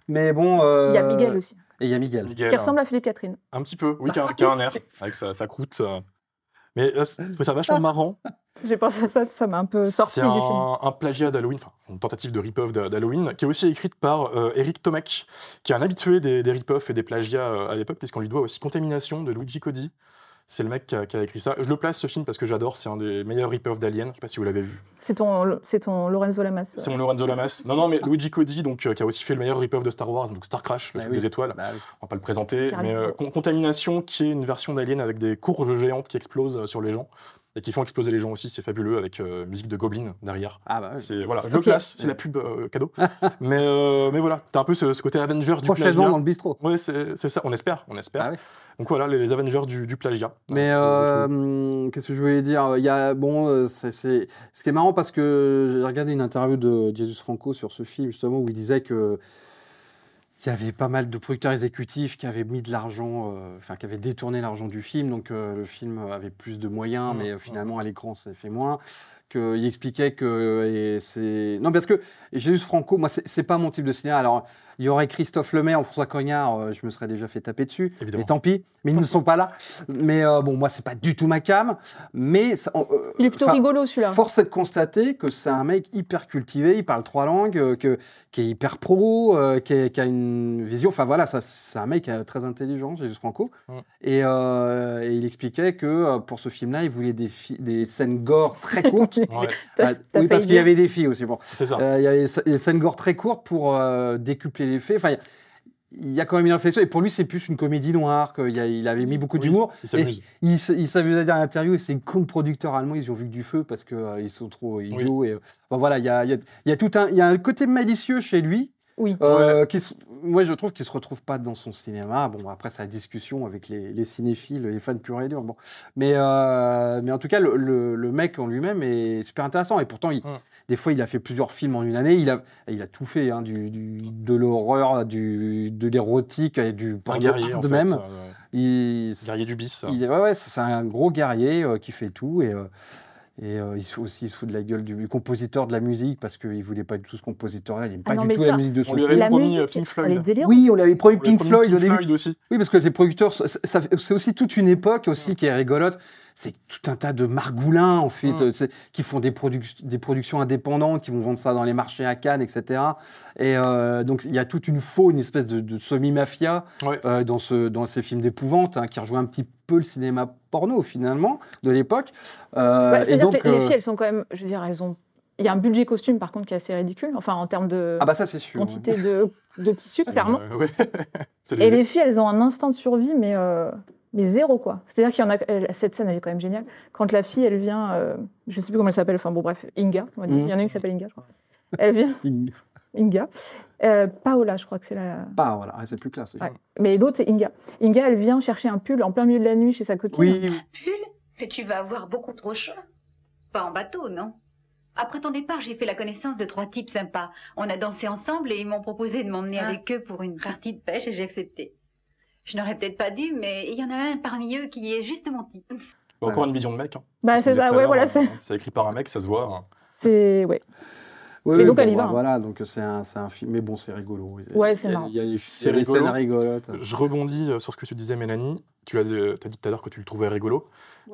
Mais bon. euh, Il y a Miguel aussi, Et il y a Miguel. Miguel, qui ressemble à Philippe Catherine. Un petit peu, oui, qui a, qui a un air, avec sa, sa croûte. euh. Mais euh, c'est- je trouvais ça Ah. vachement marrant. J'ai pensé à ça, ça m'a un peu sorti C'est euh, du un, film. un plagiat d'Halloween, enfin une tentative de rip-off d'Ha- d'Halloween, qui est aussi écrite par euh, Eric Tomek, qui est un habitué des, des rip-off et des plagiats euh, à l'époque, puisqu'on lui doit aussi Contamination de Luigi Cody. C'est le mec qui a, qui a écrit ça. Je le place ce film parce que j'adore, c'est un des meilleurs rip-off d'Alien. Je sais pas si vous l'avez vu. C'est ton, c'est ton Lorenzo Lamas. C'est mon Lorenzo Lamas. Non, non, mais Luigi Cody, donc, euh, qui a aussi fait le meilleur rip-off de Star Wars, donc Star Crash, le Bah jeu oui. des étoiles. Bah oui. On va pas le présenter, Carrément. mais euh, Con- Contamination, qui est une version d'Alien avec des courges géantes qui explosent euh, sur les gens et qui font exploser les gens aussi. C'est fabuleux avec euh, musique de Goblin derrière. Ah bah oui. Mm. C'est voilà, je le Ok. classe, c'est la pub euh, cadeau. mais euh, mais voilà, t'as un peu ce, ce côté Avengers du Prochainement dans plagiat. le bistrot. Ouais, c'est c'est ça, on espère, on espère. Ah ouais. Donc voilà, les, les Avengers du, du plagiat. Mais Voilà, euh, hum, qu'est-ce que je voulais dire Il y a bon, euh, c'est c'est- ce qui est marrant parce que j'ai regardé une interview de Jesus Franco sur ce film justement où il disait que il y avait pas mal de producteurs exécutifs qui avaient mis de l'argent, euh, enfin qui avaient détourné l'argent du film, donc euh, le film avait plus de moyens, Mhm. mais euh, finalement à l'écran ça fait moins. Que il expliquait que et c'est non parce que Jesus Franco, moi c'est- c'est pas mon type de cinéma. Alors il y aurait Christophe Lemay, François Cognard, euh, je me serais déjà fait taper dessus. Évidemment. Mais tant pis, mais ils ne sont pas là. Mais euh, bon, moi, c'est pas du tout ma cam. Mais ça- on- euh, Il est plutôt enfin, rigolo celui-là. Force est de constater que c'est un mec hyper cultivé, il parle trois langues, euh, que, qui est hyper pro, euh, qui, est- qui a une vision. Enfin voilà, ça- c'est un mec euh, très intelligent, Jesus Franco. Mm. Et, euh, et il expliquait que euh, pour ce film-là, il voulait des, fi- des scènes gore très courtes. c'est- ouais, Ah. T'as- Ah, t'as oui, parce failli qu'il y dire. avait des filles aussi. Bon. c'est ça. Euh, Il y a des sc- des scènes gore très courtes pour euh, décupler les faits. Enfin, il y a- il y a quand même une réflexion. Et pour lui, c'est plus une comédie noire. qu'il y a- il avait mis beaucoup Oui, d'humour. il s'amuse. Et Il, s- il s'amusait à dire à l'interview. Et c'est con le producteur allemand. Ils ont vu que du feu parce qu'ils sont trop idiots. Et, euh, bon, voilà, il y a, il y a- il y a tout un, il y a un côté malicieux chez lui. Oui. euh, qui se- moi, je trouve qu'il se retrouve pas dans son cinéma. Bon, après, sa discussion avec les, les cinéphiles, les fans purs et durs. Bon. Mais, euh, mais en tout cas, le, le- le mec en lui-même est super intéressant. Et pourtant, il, Mm. des fois, il a fait plusieurs films en une année. Il a, il a tout fait, hein, du, du- de l'horreur, du- de l'érotique, et du Un porno guerrier, en hard fait, même. euh, Il, guerrier du bis. il est- ouais, ouais, c'est un gros guerrier euh, qui fait tout et, euh, et euh, il se fout aussi il se fout de la gueule du, du compositeur de la musique parce qu'il voulait pas du tout ce compositeur-là, il n'aime Ah pas non, du mais tout la ça, musique de On son lui film. avait La promis euh, musique, Pink elle est Floyd. délirante. Oui, on lui avait promis On lui avait Pink promis Floyd au début. Floyd aussi. Oui, parce que les producteurs, ça- ça- c'est aussi toute une époque aussi qui est rigolote. C'est tout un tas de margoulins, en fait, Mm. euh, c'est- qui font des, produc- des productions indépendantes, qui vont vendre ça dans les marchés à Cannes, etc. Et euh, donc, il y a toute une faux, une espèce de, de semi-mafia Ouais. euh, dans, ce, dans ces films d'épouvante, hein, qui rejoint un petit peu le cinéma porno, finalement, de l'époque. Euh, Ouais, et C'est-à-dire donc, que les, les euh, filles, elles sont quand même, je veux dire, elles ont. Il y a un budget costume par contre qui est assez ridicule, enfin en termes de Ah bah ça, c'est sûr. quantité de, de tissu, C'est, clairement. euh, ouais. C'est Et léger. les filles, elles ont un instant de survie, mais, euh, mais zéro, quoi. C'est-à-dire qu'il y en a. elle- Cette scène, elle est quand même géniale. Quand la fille, elle vient. euh, je sais plus comment elle s'appelle, enfin bon, bref, Inga. on va dire. Mhm. Il y en a une qui s'appelle Inga, je crois. Elle vient, Inga. Euh, Paola, je crois que c'est la. Pas, voilà, Ah, c'est plus classe. Ouais. Mais l'autre, c'est Inga. Inga, elle vient chercher un pull en plein milieu de la nuit chez sa copine. Oui, Pull Mais tu vas avoir beaucoup trop chaud. Pas en bateau, non Après ton départ, j'ai fait la connaissance de trois types sympas. On a dansé ensemble et ils m'ont proposé de m'emmener Ah. avec eux pour une partie de pêche et j'ai accepté. Je n'aurais peut-être pas dû, mais il y en a un parmi eux qui est juste mon type. Encore une vision de mec. hein. Bah, ce qu'on c'est disait ça, tout à ouais, l'heure, voilà, hein. c'est- C'est écrit par un mec, ça se voit. hein. C'est. Ouais, Oui, Mais oui, donc, bon, bah, elle y va, hein. Voilà, donc euh, c'est un, c'est un film. Mais bon, c'est rigolo. oui. Ouais, c'est Il y a- marrant. Il y a, des- C'est il y a des rigolo. Ah. scènes rigolotes. Je rebondis euh, sur ce que tu disais, Mélanie. Tu as, euh, t'as dit tout à l'heure que tu le trouvais rigolo.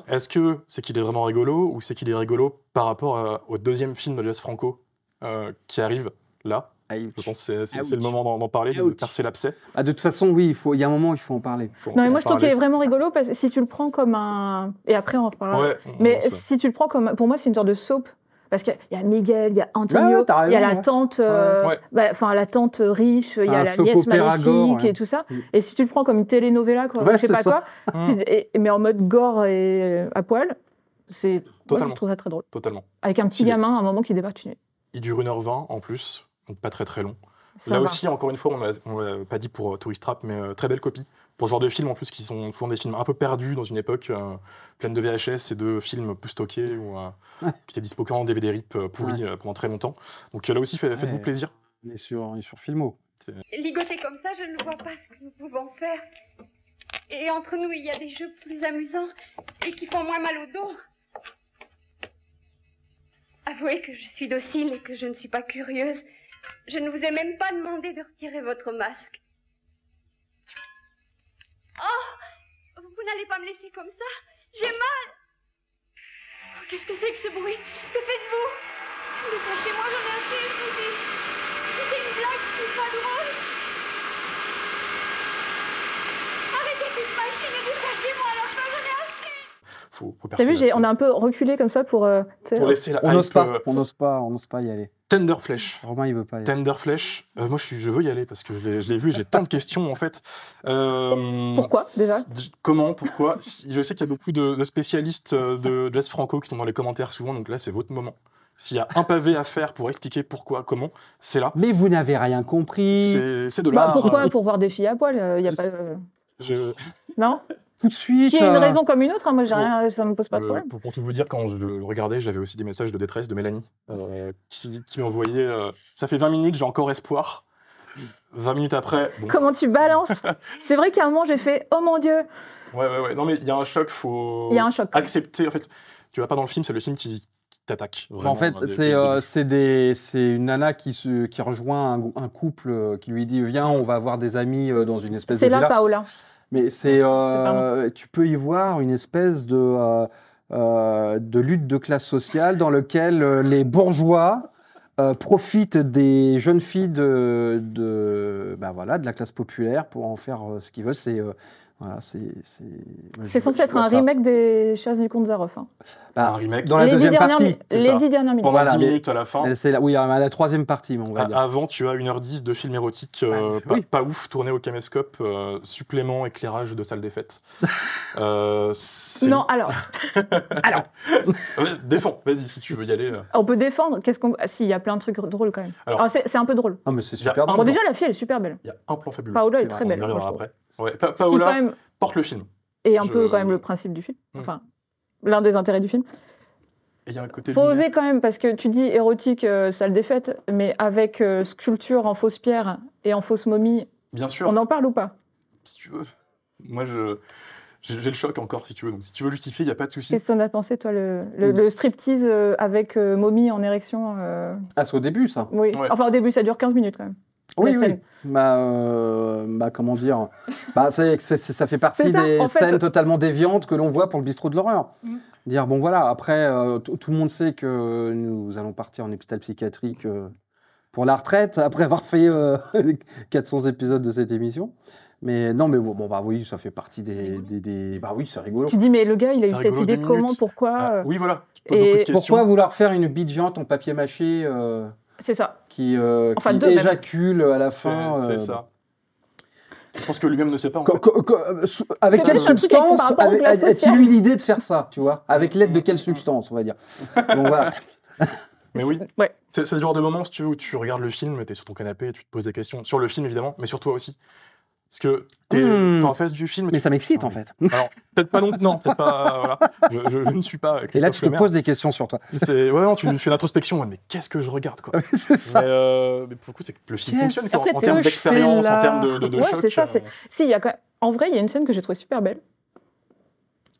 Est-ce que c'est qu'il est vraiment rigolo ou c'est qu'il est rigolo par rapport à- au deuxième film de Jess Franco euh, qui arrive là Je pense que c'est- c'est c'est le Ouch. moment d'en d'en parler, de Ouch. percer l'abcès. Ah, de toute façon, oui, il faut- il y a un moment, il faut en parler. Faut Non, mais en moi je trouve qu'il parler. est vraiment rigolo parce que si tu le prends comme un. Et après on en reparlera. Ouais, on- mais on se- si tu le prends comme. Pour moi, c'est une sorte de soap. Parce qu'il y a Miguel, il y a Antonio, Bah Ouais, ouais, t'as il y a raison, la ouais. tante, euh, Ouais. Ouais. bah, enfin la tante riche, il y a un la soap nièce opéra maléfique gore, ouais. et tout ça. Mm. Et si tu le prends comme une telenovela, quoi, Ouais, je sais c'est pas ça. quoi, Mm. tu- et- mais en mode gore et euh, à poil, c'est. Moi, Totalement. je trouve ça très drôle. Totalement. Avec un petit Stylé. gamin, à un moment qui débarque une nuit. Il dure 1h20 en plus, donc pas très très long. Ça Là va. aussi, encore une fois, on a- on l'a pas dit pour euh, Tourist Trap, mais euh, très belle copie. Pour ce genre de films, en plus, qui sont souvent des films un peu perdus dans une époque euh, pleine de VHS et de films peu stockés ou euh, Ouais. qui étaient dispo qu'en DVD RIP euh, pourri euh, pendant très longtemps. Donc euh, là aussi, fait- faites-vous Ouais. plaisir. On est sur, on est sur Filmo. Ligoter comme ça, je ne vois pas ce que nous pouvons faire. Et entre nous, il y a des jeux plus amusants et qui font moins mal au dos. Avouez que je suis docile et que je ne suis pas curieuse. Je ne vous ai même pas demandé de retirer votre masque. Oh Vous n'allez pas me laisser comme ça J'ai mal Oh, Qu'est-ce que c'est que ce bruit Que faites-vous Détachez-moi, j'en ai assez, je vous dis. C'était une blague, c'est pas drôle Arrêtez cette machine et détachez-moi à la fin, j'en ai assez Faut, faut T'as percer vu, j'ai- là-dessus. on a un peu reculé comme ça pour. euh, tu sais, Pour laisser la On hype, n'ose pas, euh, on n'ose pas, on n'ose pas y aller. Tender Flesh. Romain, il veut pas y aller. Tender Flesh. Euh, moi, je, suis- je veux y aller parce que je l'ai- je l'ai vu, j'ai tant de questions en fait. Euh, Pourquoi, déjà s- Comment Pourquoi Si- Je sais qu'il y a beaucoup de, de spécialistes euh, de Jazz Franco qui sont dans les commentaires souvent, donc là, c'est votre moment. S'il y a un pavé à faire pour expliquer pourquoi, comment, c'est là. Mais vous n'avez rien compris. C'est c'est de Bah, l'art. pourquoi Pour voir des filles à poil, euh, y a pas. C'est- euh, Je- Non Tout de suite. Qui a une euh, raison comme une autre, hein, moi j'ai Bon. rien, ça me pose pas de Euh, problème. pour, pour tout vous dire, quand je le regardais, j'avais aussi des messages de détresse de Mélanie euh, qui, qui m'envoyait euh, Ça fait 20 minutes, j'ai encore espoir. 20 minutes après, bon, Comment tu balances C'est vrai qu'à un moment j'ai fait oh mon dieu, Ouais, ouais, ouais. Non, mais il y a un choc, faut il y a un choc. accepter. En fait, tu vas pas dans le film, c'est le film qui, qui t'attaque. en vraiment, fait, hein, des- c'est des- euh, des- c'est des- c'est une nana qui, se, qui rejoint un, un couple euh, qui lui dit Viens, on va voir des amis euh, dans une espèce C'est de. là villa. Paola. Mais c'est, euh, tu peux y voir une espèce de, euh, euh, de lutte de classe sociale dans lequel euh, les bourgeois euh, profitent des jeunes filles de, de, ben voilà, de la classe populaire pour en faire euh, ce qu'ils veulent. C'est euh, voilà, c'est c'est- C'est je- censé je être vois un ça. remake des Chasses du comte Zaroff. hein. un Bah, remake. dans la les deuxième dix dernières, partie, mi- c'est les ça. dix dernières minutes. Pendant voilà, 10 mais- minutes à la fin, elle, c'est la, oui, à la troisième partie, on va a- dire. avant, tu as 1h10 de film érotique euh, Ouais, pas, oui. pas ouf, tourné au caméscope, euh, supplément éclairage de salle des fêtes. euh, c'est- Non, alors, Ouais, défends, vas-y, si tu veux y aller. euh. on peut défendre. Qu'est-ce qu'on. Ah, si, il y a plein de trucs drôles quand même. Alors- Alors, c'est c'est un peu drôle. Ah, mais c'est Il y a super. un- drôle. Bon, déjà, la fille, elle est super belle. Il y a un plan fabuleux. Paola est C'est très vrai, belle, On y moi, je reviendra trouve. après. Ouais, Pa- Ce qui, quand Paola même, porte le film. est un je- peu quand même le principe du film. Hmm. Enfin, l'un des intérêts du film. Et il y a un côté. Faut lumineux. oser quand même, parce que tu dis érotique, euh, salle des fêtes, mais avec euh, sculpture en fausse pierre et en fausse momie, Bien sûr. on en parle ou pas si tu veux. Moi, je j'ai j'ai le choc encore, si tu veux. Donc, si tu veux justifier, il n'y a pas de souci. Qu'est-ce que t'en as pensé, toi, le, le- le striptease euh, avec euh, momie en érection euh, Ah, c'est au début, ça. Oui. Ouais. Enfin, au début, ça dure 15 minutes quand même. Oui, La oui. scène. Bah, euh, bah, comment dire bah, c'est, c'est- c'est- Ça fait partie C'est ça, des en fait. scènes totalement déviantes que l'on voit pour le bistrot de l'horreur. Mm. Dire, bon voilà, après, euh, tout tout le monde sait que nous allons partir en hôpital psychiatrique euh, pour la retraite, après avoir fait euh, 400 épisodes de cette émission. Mais non, mais bon, bon, bah oui, ça fait partie des. des- des- bah oui, c'est rigolo. Tu dis, mais le gars, il a C'est eu cette rigolo, idée Oh. deux comment, minutes. pourquoi Ah, euh, oui, voilà. Tu poses et beaucoup de questions. Pourquoi vouloir faire une bille géante en papier mâché euh, C'est ça. qui, euh, Enfin, qui deux, même. éjacule à la C'est fin c'est euh, ça. Je pense que lui-même ne sait pas. En Co- fait. co- co- euh, sou- avec C'est quelle vrai, c'est un truc avec- substance par rapport aux avait- classes a- a-t-il sociales. eu l'idée de faire ça, tu vois Avec l'aide de quelle substance, on va dire Donc voilà. Mais oui, C'est- Ouais. c'est c'est le genre de moment, si tu veux, où tu regardes le film, tu es sur ton canapé et tu te poses des questions. Sur le film, évidemment, mais sur toi aussi. Parce que t'es Hmm. t'es en face du film. et Mais tu- ça m'excite en fait. Alors, peut-être pas non, non, peut-être pas. euh, voilà. Je, je- je ne suis pas. Et là, Christophe tu te Lemaire. poses des questions sur toi. C'est- Ouais, non, tu fais une introspection. ouais, mais qu'est-ce que je regarde, quoi c'est ça. Mais, euh, mais pour le coup, c'est que le film Qu'est-ce fonctionne quoi, en que termes je d'expérience, fais en là termes de, de, de Ouais, choc. c'est ça, euh, c'est- Si, il y a quand même- En vrai, il y a une scène que j'ai trouvée super belle.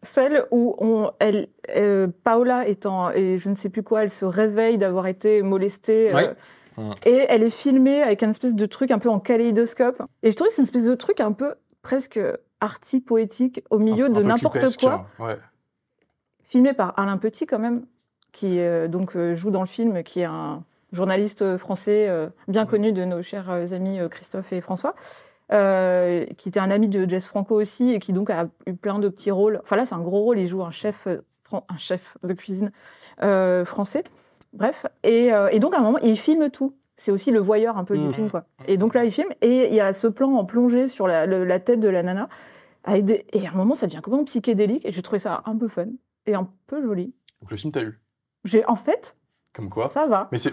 Celle où on, elle, euh, Paola étant, et je ne sais plus quoi, elle se réveille d'avoir été molestée. euh, Ouais. Mmh. Et elle est filmée avec une espèce de truc un peu en kaléidoscope. Et je trouve que c'est une espèce de truc un peu presque arty poétique au milieu Un- un de peu n'importe clipesque, quoi, hein, ouais. filmé par Alain Petit quand même, qui euh, donc euh, joue dans le film, qui est un journaliste euh, français euh, bien connu de nos chers euh, amis euh, Christophe et François, euh, qui était un ami de Jess Franco aussi et qui donc a eu plein de petits rôles. Enfin là, c'est un gros rôle. Il joue un chef, euh, fran- un chef de cuisine euh, français. Bref, et, euh, et donc à un moment, il filme tout. C'est aussi le voyeur un peu Mhm. du film, quoi. Et donc là, il filme et il y a ce plan en plongée sur la, le- la tête de la nana. Avec des- Et à un moment, ça devient complètement psychédélique et j'ai trouvé ça un peu fun et un peu joli. Donc le film t'a eu. J'ai en fait, Comme quoi. ça va. Mais c'est.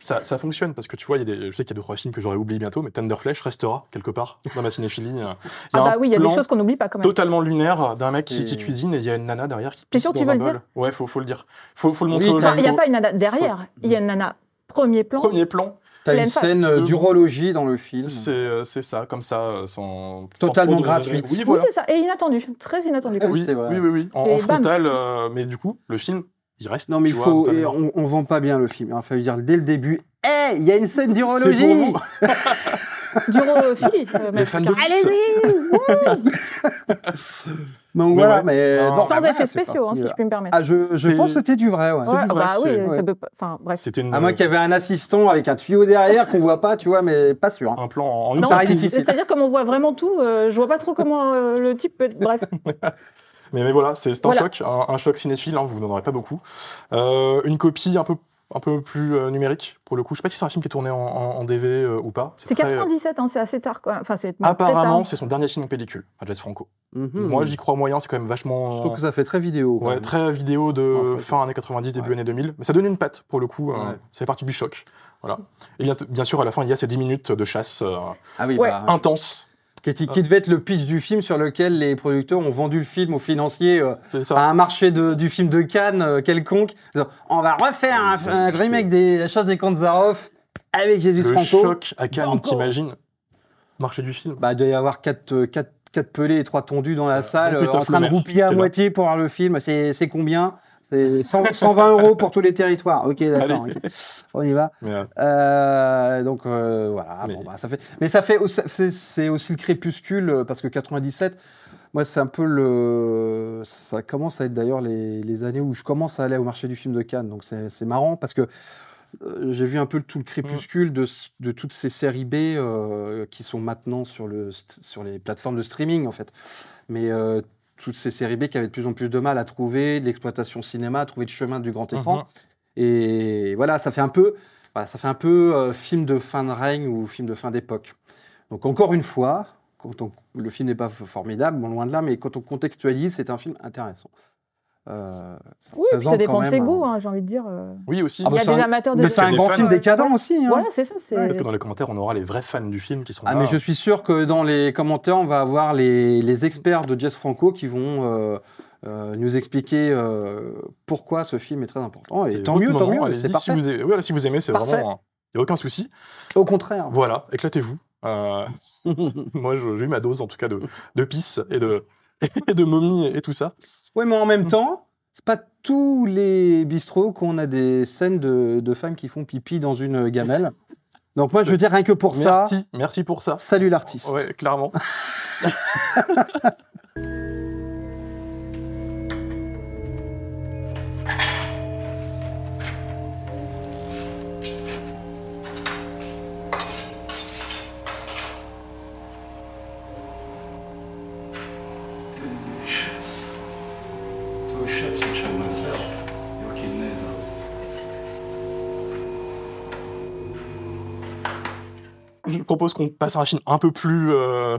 Ça, ça fonctionne parce que tu vois, il y a des, je sais qu'il y a deux trois films que j'aurais oubliés bientôt, mais Thunder Flash restera quelque part dans ma cinéphilie. Il y a Ah bah un oui, il y a des plan choses qu'on n'oublie pas quand même. totalement lunaire d'un mec qui, Et- qui cuisine et il y a une nana derrière qui T'es pisse sûr dans que tu un veux le bol. Ouais, faut faut le dire, faut faut le montrer. Oui, aux t'as- gens. Ah, Il n'y a Faut- pas une nana derrière, il y a une nana premier plan. Premier plan, T'as une Pleine face. scène euh, Euh, d'urologie dans le film. c'est euh, c'est ça, comme ça, euh, sans sans Mm. Totalement trop de- gratuite. Oui, Oui, voilà. c'est ça, et inattendu, très inattendu. Ah quand même. oui, Oui, c'est vrai. oui, oui, oui. En, en C'est bam. frontal, euh, mais du coup, le film, il reste. Non, mais tu il vois, faut. totalement. et on, on vend pas bien le film. Il fallu dire dès le début Hé, il y a une scène C'est pour d'urologie vous. Durophilie, euh, même. Les fans de Allez, Alice. Donc Mais voilà, ouais. mais. Non, non, sans bah Sans voilà, effets c'est spéciaux, hein, parti, si là. je puis me permettre. Ah, je, je Mais- pense que c'était du vrai, ouais. c'est Ouais, du vrai, bah oui, c'est- ça peut pas- Enfin, bref. C'était une- À moins qu'il y avait un assistant avec un tuyau derrière qu'on voit pas, tu vois, mais pas sûr. hein. un plan en en une Non, seule pareil, prise. difficile. C'est-à-dire, comme on voit vraiment tout, euh, je vois pas trop comment euh, le type peut être. Bref, Mais, mais voilà, c'est c'est un Voilà. choc, un, un choc cinéphile, hein, vous n'en aurez pas beaucoup. Euh, une copie un peu, un peu plus euh, numérique, pour le coup. Je sais pas si c'est un film qui est tourné en, en- en DV euh, ou pas. c'est très- 97, hein, c'est assez tard, quoi. Enfin, c'est même très tard. Apparemment, c'est son dernier film en pellicule, à Jess Franco. Mhm. Ah. Moi, j'y crois moyen, c'est quand même vachement. Je trouve que ça fait très vidéo. quand Ouais, même. très vidéo de Après, fin années 90, début ouais. années 2000. Mais ça donne une patte, pour le coup. euh, Ouais. C'est parti du choc. Voilà. Et bien, bien sûr, à la fin, il y a ces 10 minutes de chasse euh, Ah oui, Ouais. bah, intense. Ah. qui, était- qui devait être le pitch du film sur lequel les producteurs ont vendu le film aux financiers euh, C'est ça. à un marché de- du film de Cannes euh, quelconque. Ils ont, On va refaire un, Ouais, un c'est- remake des La chasse des Kanzarov avec Jésus le Franco. choc à Cannes, Encore. t'imagines Marché du film. Bah, il doit y avoir 4 quatre, quatre, quatre pelés et 3 tondus dans la salle, Christophe euh, en train de Lemaire, roupiller à t'es là. moitié pour voir le film. C'est c'est combien C'est 100 120 euros pour tous les territoires. Ok, d'accord. Allez. ok. On y va. Mais, euh, Euh, donc euh, voilà, Mais- bon, bah, ça fait. Mais ça fait, aussi- c'est- c'est aussi le crépuscule euh, parce que 97. Moi, c'est un peu le. Ça commence à être d'ailleurs les, les années où je commence à aller au marché du film de Cannes. Donc c'est c'est marrant parce que euh, j'ai vu un peu tout le crépuscule de, s- de toutes ces séries B euh, qui sont maintenant sur, le, st- sur les plateformes de streaming en fait. Mais euh, toutes ces séries B qui avaient de plus en plus de mal à trouver de l'exploitation cinéma, à trouver le chemin du grand écran. mhm. Et voilà, ça fait un peu, voilà, ça fait un peu euh, film de fin de règne ou film de fin d'époque. Donc encore une fois, quand on- le film n'est pas f- formidable, bon, loin de là, mais quand on contextualise, c'est un film intéressant. Euh, ça Oui, puis ça représente dépend quand de ses même un- goûts, hein, j'ai envie de dire. euh. Oui, aussi. Ah Il y bah, a c'est des un- amateurs de Mais c'est un des grand fans. film décadent aussi. hein. Voilà, c'est ça. c'est- Peut-être que dans les commentaires, on aura les vrais fans du film qui sont Ah, là. mais je suis sûr que dans les commentaires, on va avoir les, les experts de Jess Franco qui vont euh, euh, nous expliquer euh, pourquoi ce film est très important. C'est Et tant votre mieux, tant moment, mieux, allez-y, c'est si parfait. vous aimez, oui, voilà, si vous aimez, c'est Parfait. vraiment. hein. Il n'y a aucun souci. Au contraire. Voilà, éclatez-vous. Euh, moi, je- j'ai eu ma dose, en tout cas, de, de pisse et de, et de momie et tout ça. Ouais, mais en même Mm. temps, c'est pas tous les bistrots qu'on a des scènes de, de femmes qui font pipi dans une gamelle. Donc moi, je veux dire rien que pour merci, merci pour ça. ça, salut l'artiste. Ouais, clairement. Твой шеф сейчас на его кидает за руку. Je propose qu'on passe à un film un peu plus euh,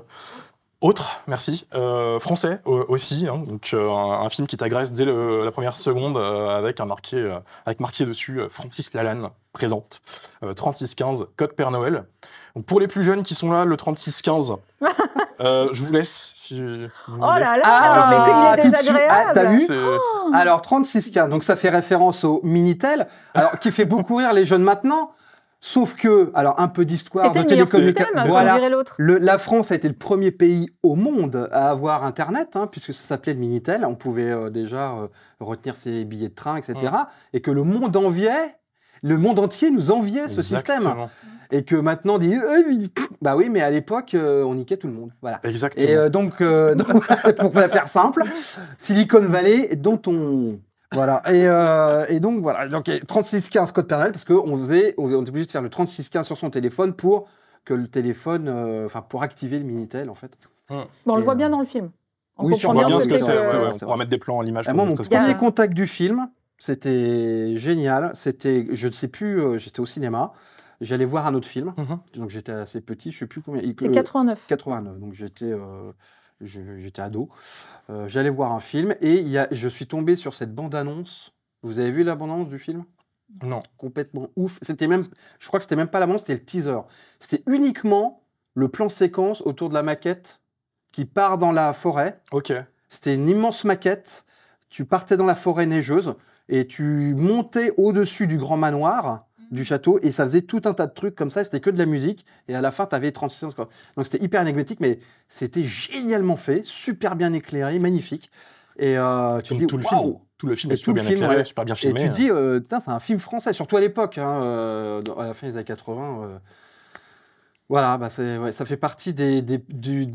autre, merci, euh, français euh, aussi. hein. donc euh, un, un film qui t'agresse dès le- la première seconde euh, avec un marqué, euh, avec marqué dessus euh, Francis Lalanne présente euh, 3615 Code Père Noël. Donc, pour les plus jeunes qui sont là, le 3615, euh, je vous laisse. Si vous Oh là là, Ah, mais ah, qu'il tout est de suite. désagréable. Ah, t'as voulez. vu C'est- Alors 36K, donc ça fait référence au Minitel, alors qui fait beaucoup rire les jeunes maintenant. Sauf que, alors un peu d'histoire C'était de le meilleur télécommunications. système, Voilà. comme dirait l'autre. Le- la France a été le premier pays au monde à avoir Internet, hein, puisque ça s'appelait le Minitel. On pouvait euh, déjà euh, retenir ses billets Mm. de train, etc. Et que le monde enviait, le monde entier nous enviait ce système. Exactement. Et et que maintenant on dit, euh, il- pff, bah oui, mais à l'époque euh, on niquait tout le monde. Voilà. Exactement. Et euh, donc, euh, donc, pour la faire simple, Silicon Valley, dont on. Voilà. Et, euh, et donc, voilà. Donc, et 3615 code pénal, parce qu'on faisait, on on était obligé de faire le 3615 sur son téléphone pour que le téléphone, euh, enfin, pour activer le Minitel, en fait. Bon, on Et, le voit euh, bien dans le film. oui, on on comprend voit bien bien ce que ce c'est. que- ouais, c'est ouais, vrai, on c'est pourra vrai. mettre des plans à l'image. Ah, pour moi, mon montrer ce Il y qu'on a- premier contact du film, c'était génial. C'était, je ne sais plus, euh, j'étais au cinéma. J'allais voir un autre film. Mhm. Donc, j'étais assez petit. Je ne sais plus combien. il- C'est euh, 89. 89, donc j'étais euh, je- j'étais ado. Euh, J'allais voir un film et il y a, je suis tombé sur cette bande-annonce. Vous avez vu la bande-annonce du film fait. Non. Complètement ouf. C'était même, je crois que c'était même pas la bande, c'était le teaser. C'était uniquement le plan séquence autour de la maquette qui part dans la forêt. Ok. C'était une immense maquette. Tu partais dans la forêt neigeuse et tu montais au-dessus du grand manoir du château et ça faisait tout un tas de trucs comme ça. C'était que de la musique et à la fin, tu avais 36 quoi. Donc c'était hyper énigmatique, mais c'était génialement fait, super bien éclairé, magnifique. Et euh, tu Comme dis, tout le film. waouh Tout le film Et est super tout le bien film, éclairé, ouais. super bien Et filmé. tu dis, euh, putain, c'est un film français, surtout à l'époque, hein, euh, dans- à la fin des années 80. euh, voilà, bah c'est- ouais, ça fait partie des, des, du-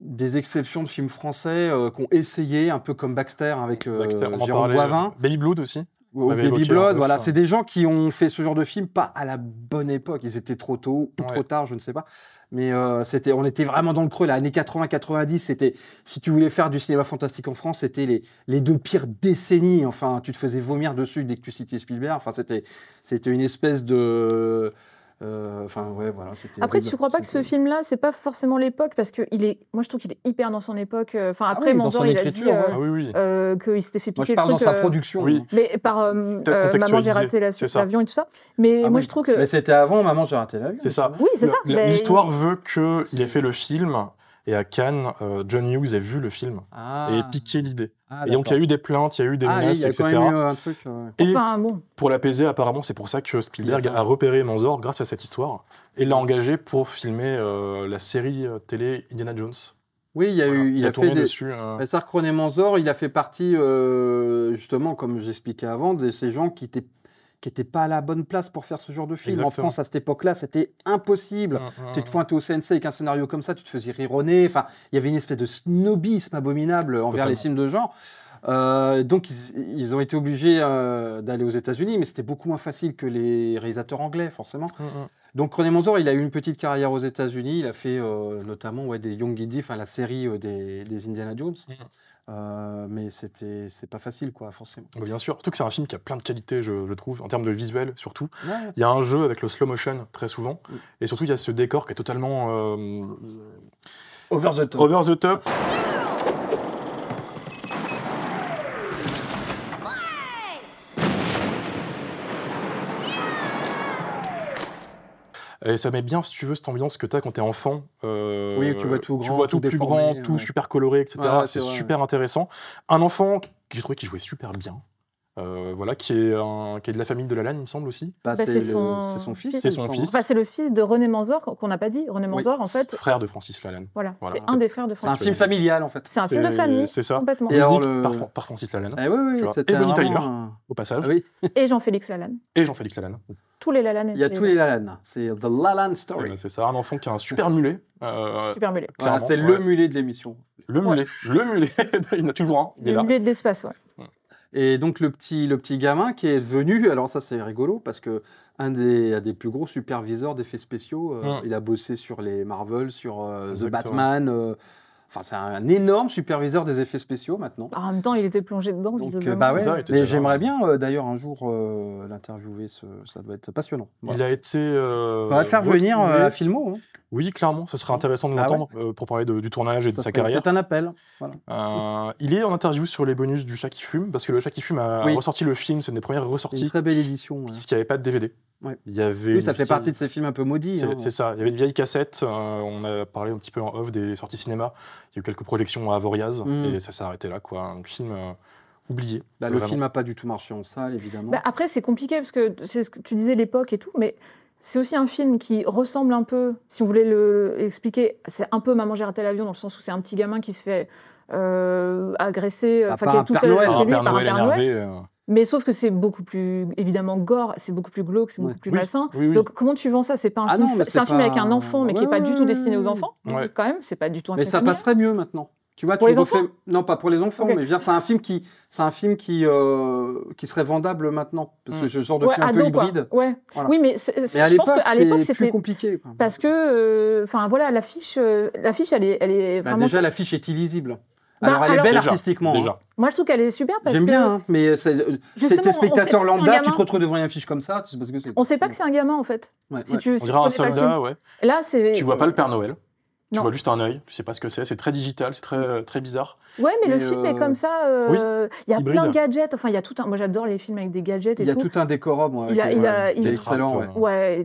des exceptions de films français euh, qu'on essayé, un peu comme Baxter avec euh, Baxter, on en Jérôme parlait. Boivin. Baby Blood aussi. Ou l'avait Baby évoqué en Blood, off, voilà, hein. c'est des gens qui ont fait ce genre de film pas à la bonne époque, ils étaient trop tôt ou Ouais. trop tard, je ne sais pas. Mais euh, c'était, on était vraiment dans le creux, là, années 80-90, c'était, si tu voulais faire du cinéma fantastique en France, c'était les, les deux pires décennies. Enfin, tu te faisais vomir dessus dès que tu citais Spielberg. Enfin, c'était, c'était une espèce de, euh, enfin ouais, voilà. C'était Après, horrible. tu crois pas que ce C'était- film-là, c'est pas forcément l'époque parce que il est. Moi, je trouve qu'il est hyper dans son époque. euh, Enfin, Ah après, oui, dans Manzor, son il a dit écriture, euh, ouais. Ah oui, oui. euh, qu'il s'était fait piquer Moi, je le parle dans truc, sa euh, production. hein. oui. Mais par euh, Peut-être euh, maman, j'ai contextualisé, raté la- c'est ça. l'avion et tout ça. Mais Ah moi, oui. je trouve que Mais c'était avant, maman, j'ai raté l'avion. C'est ça. oui, c'est ça. Le- mais- L'histoire veut qu'il ait fait le film et à Cannes, euh, John Hughes ait vu le film Ah. et ait piqué l'idée. Ah, et donc il y a eu des plaintes, il y a eu des d'accord. Ah, il menaces, y a etc. quand même eu un truc. ouais. Et Enfin, bon. pour l'apaiser, apparemment, c'est pour ça que Spielberg Il a fait a repéré Manzor grâce à cette histoire et l'a engagé pour filmer euh, la série euh, télé Indiana Jones. Oui, il y a Voilà. eu, il, a fait tourné des, dessus. euh, Ben, Sark René Manzor, il a fait partie, euh, justement, comme j'expliquais avant, de ces gens qui étaient qui n'étaient pas à la bonne place pour faire ce genre de film. En Exactement. Ah, France, à cette époque-là, c'était impossible. un- un- Tu te pointais au CNC avec un scénario comme ça, tu te faisais rironner. Enfin, il y avait une espèce de snobisme abominable envers Totalement. les films de genre. Euh, donc, ils, ils ont été obligés euh, d'aller aux États-Unis, mais c'était beaucoup moins facile que les réalisateurs anglais, forcément. un- un- Donc René Manzor, il a eu une petite carrière aux États-Unis. Il a fait euh, notamment ouais, des Young Giddy, enfin la série euh, des, des Indiana Jones. Mhm. Euh, mais c'était c'est pas facile quoi forcément. Bah, Bien sûr, surtout que c'est un film qui a plein de qualités, je, je trouve, en termes de visuel surtout. Ouais. Il y a un jeu avec le slow motion très souvent, Oui. et surtout il y a ce décor qui est totalement euh, Over the top. over the top. Et ça met bien, si tu veux, cette ambiance que tu as quand t'es enfant. Euh, Oui, tu vois tout tu grand, vois tout tout plus déformé, grand, tout ouais. super coloré, etc. Ouais, ouais, c'est c'est vrai, super intéressant. Un enfant que j'ai trouvé qui jouait super bien. euh, voilà, qui est, un- qui est de la famille de la Lannes, il me semble aussi. Bah, Bah, c'est c'est le- son- c'est son fils. C'est son il me fils. semble. Enfin, c'est le fils de René Manzor qu'on n'a pas dit. René Manzor, en fait, Frère de Francis Lalanne. voilà, voilà. c'est un des frères de C'est un Francis. film familial en fait. C'est un film de C'est- famille. c'est ça. Complètement. Et euh, Et alors, musique le- par, Fran- par Francis Lalanne, Eh oui, oui, Tu vois. c'était Et Bonnie vraiment Tyler. un- au passage, Ah oui, Ah Et Jean-Félix Lalanne. et Jean-Félix Lalanne. Tous les Lalanne. il y a tous les Lalanne. C'est The Lalanne Story. C'est- C'est ça, un enfant qui a un super mulet. euh, Super mulet. Voilà, clairement, c'est ouais. le mulet de l'émission. Le mulet, le mulet, il y en a toujours un, il est Le là. milieu de l'espace, ouais. Et donc le petit, le petit gamin qui est venu, alors ça c'est rigolo parce que un des, un des plus gros superviseurs d'effets spéciaux, euh, Mm. il a bossé sur les Marvel, sur euh, The Exactement. Batman. euh, Enfin c'est un énorme superviseur des effets spéciaux maintenant. Ah, En même temps, il était plongé dedans, Donc, euh, visiblement. bah C'est ouais, ça, il était mais déjà là, j'aimerais ouais. bien euh, d'ailleurs un jour euh, l'interviewer, ce- ça doit être passionnant. Voilà. Il a été. euh, On va le faire venir retrouvé- euh, à Filmo, hein. Oui, clairement, ce serait intéressant de Ah ouais. l'entendre euh, pour parler de- du tournage et de ça sa serait carrière. peut-être un appel. Euh, il est en interview sur les bonus du Chat qui fume, parce que le Chat qui fume a Oui. ressorti le film, c'est une des premières ressorties, Une très belle édition. ouais. puisqu'il n'y avait pas de DVD. Ouais. Il y avait Oui, une ça fait vieille- partie de ces films un peu maudits. C'est hein. c'est ça. Il y avait une vieille cassette. euh, on a parlé un petit peu en off des sorties cinéma. Il y a eu quelques projections à Avoriaz Mm. et ça s'est arrêté là, quoi. Un film euh, oublié. Bah, le vraiment. film n'a pas du tout marché en salle, évidemment. Bah, après, c'est compliqué parce que c'est ce que tu disais l'époque et tout, mais c'est aussi un film qui ressemble un peu, si on voulait le expliquer, c'est un peu Maman j'ai raté l'avion dans le sens où c'est un petit gamin qui se fait euh, agresser, Bah, enfin par qui un est tout Père seul Noël. chez Ah, lui Père par un Noël Père Noël. énervé. euh, Mais sauf que c'est beaucoup plus, évidemment, gore, c'est beaucoup plus glauque, c'est beaucoup Ouais. plus Oui, malsain. oui, oui. Donc comment tu vends ça C'est pas un Ah film, non, mais c'est c'est un film avec pas- un enfant, mais qui est pas du tout destiné aux Ouais. enfants. Ouais. Quand même, c'est pas du tout un Mais film ça familial. passerait mieux maintenant. Tu vois, Pour tu les enfants Non, pas pour les enfants, Ok. mais je veux dire, c'est un film qui, c'est un film qui, euh, qui serait vendable maintenant. Parce que Mm. ce genre de Ouais, film un peu ado, quoi. hybride. Ouais. Voilà. Oui, mais c'est- Mais à c'est- je pense l'époque, qu'à l'époque, c'était plus c'était compliqué. quoi. parce que, enfin voilà, l'affiche, euh, l'affiche, elle est, elle est Bah, vraiment. déjà, l'affiche est illisible. Bah, alors, elle alors- est belle Déjà, artistiquement. déjà. hein. Moi, je trouve qu'elle est super parce J'aime que bien, hein, mais c'est- euh, t'es- justement, t'es on- on fait- spectateur c'est un lambda, gamin. tu te retrouves devant une affiche comme ça, tu sais pas ce que c'est. On sait pas que c'est un gamin en fait. Ouais, Si ouais. tu, On si dirait tu un connais pas le film. soldat, ouais. Là, c'est. Tu vois pas le Père Noël. Tu Non. vois juste un œil, tu sais pas ce que c'est, c'est très digital, c'est très, très bizarre. Ouais, mais, le Mais, film euh, est comme ça. euh, Il y a hybride. plein de gadgets. Enfin, il y a tout un. Moi, j'adore les films avec des gadgets et Il y a tout. tout un décorum. ouais, Il a- qui- il ouais, a- qui il- est excellent. ouais.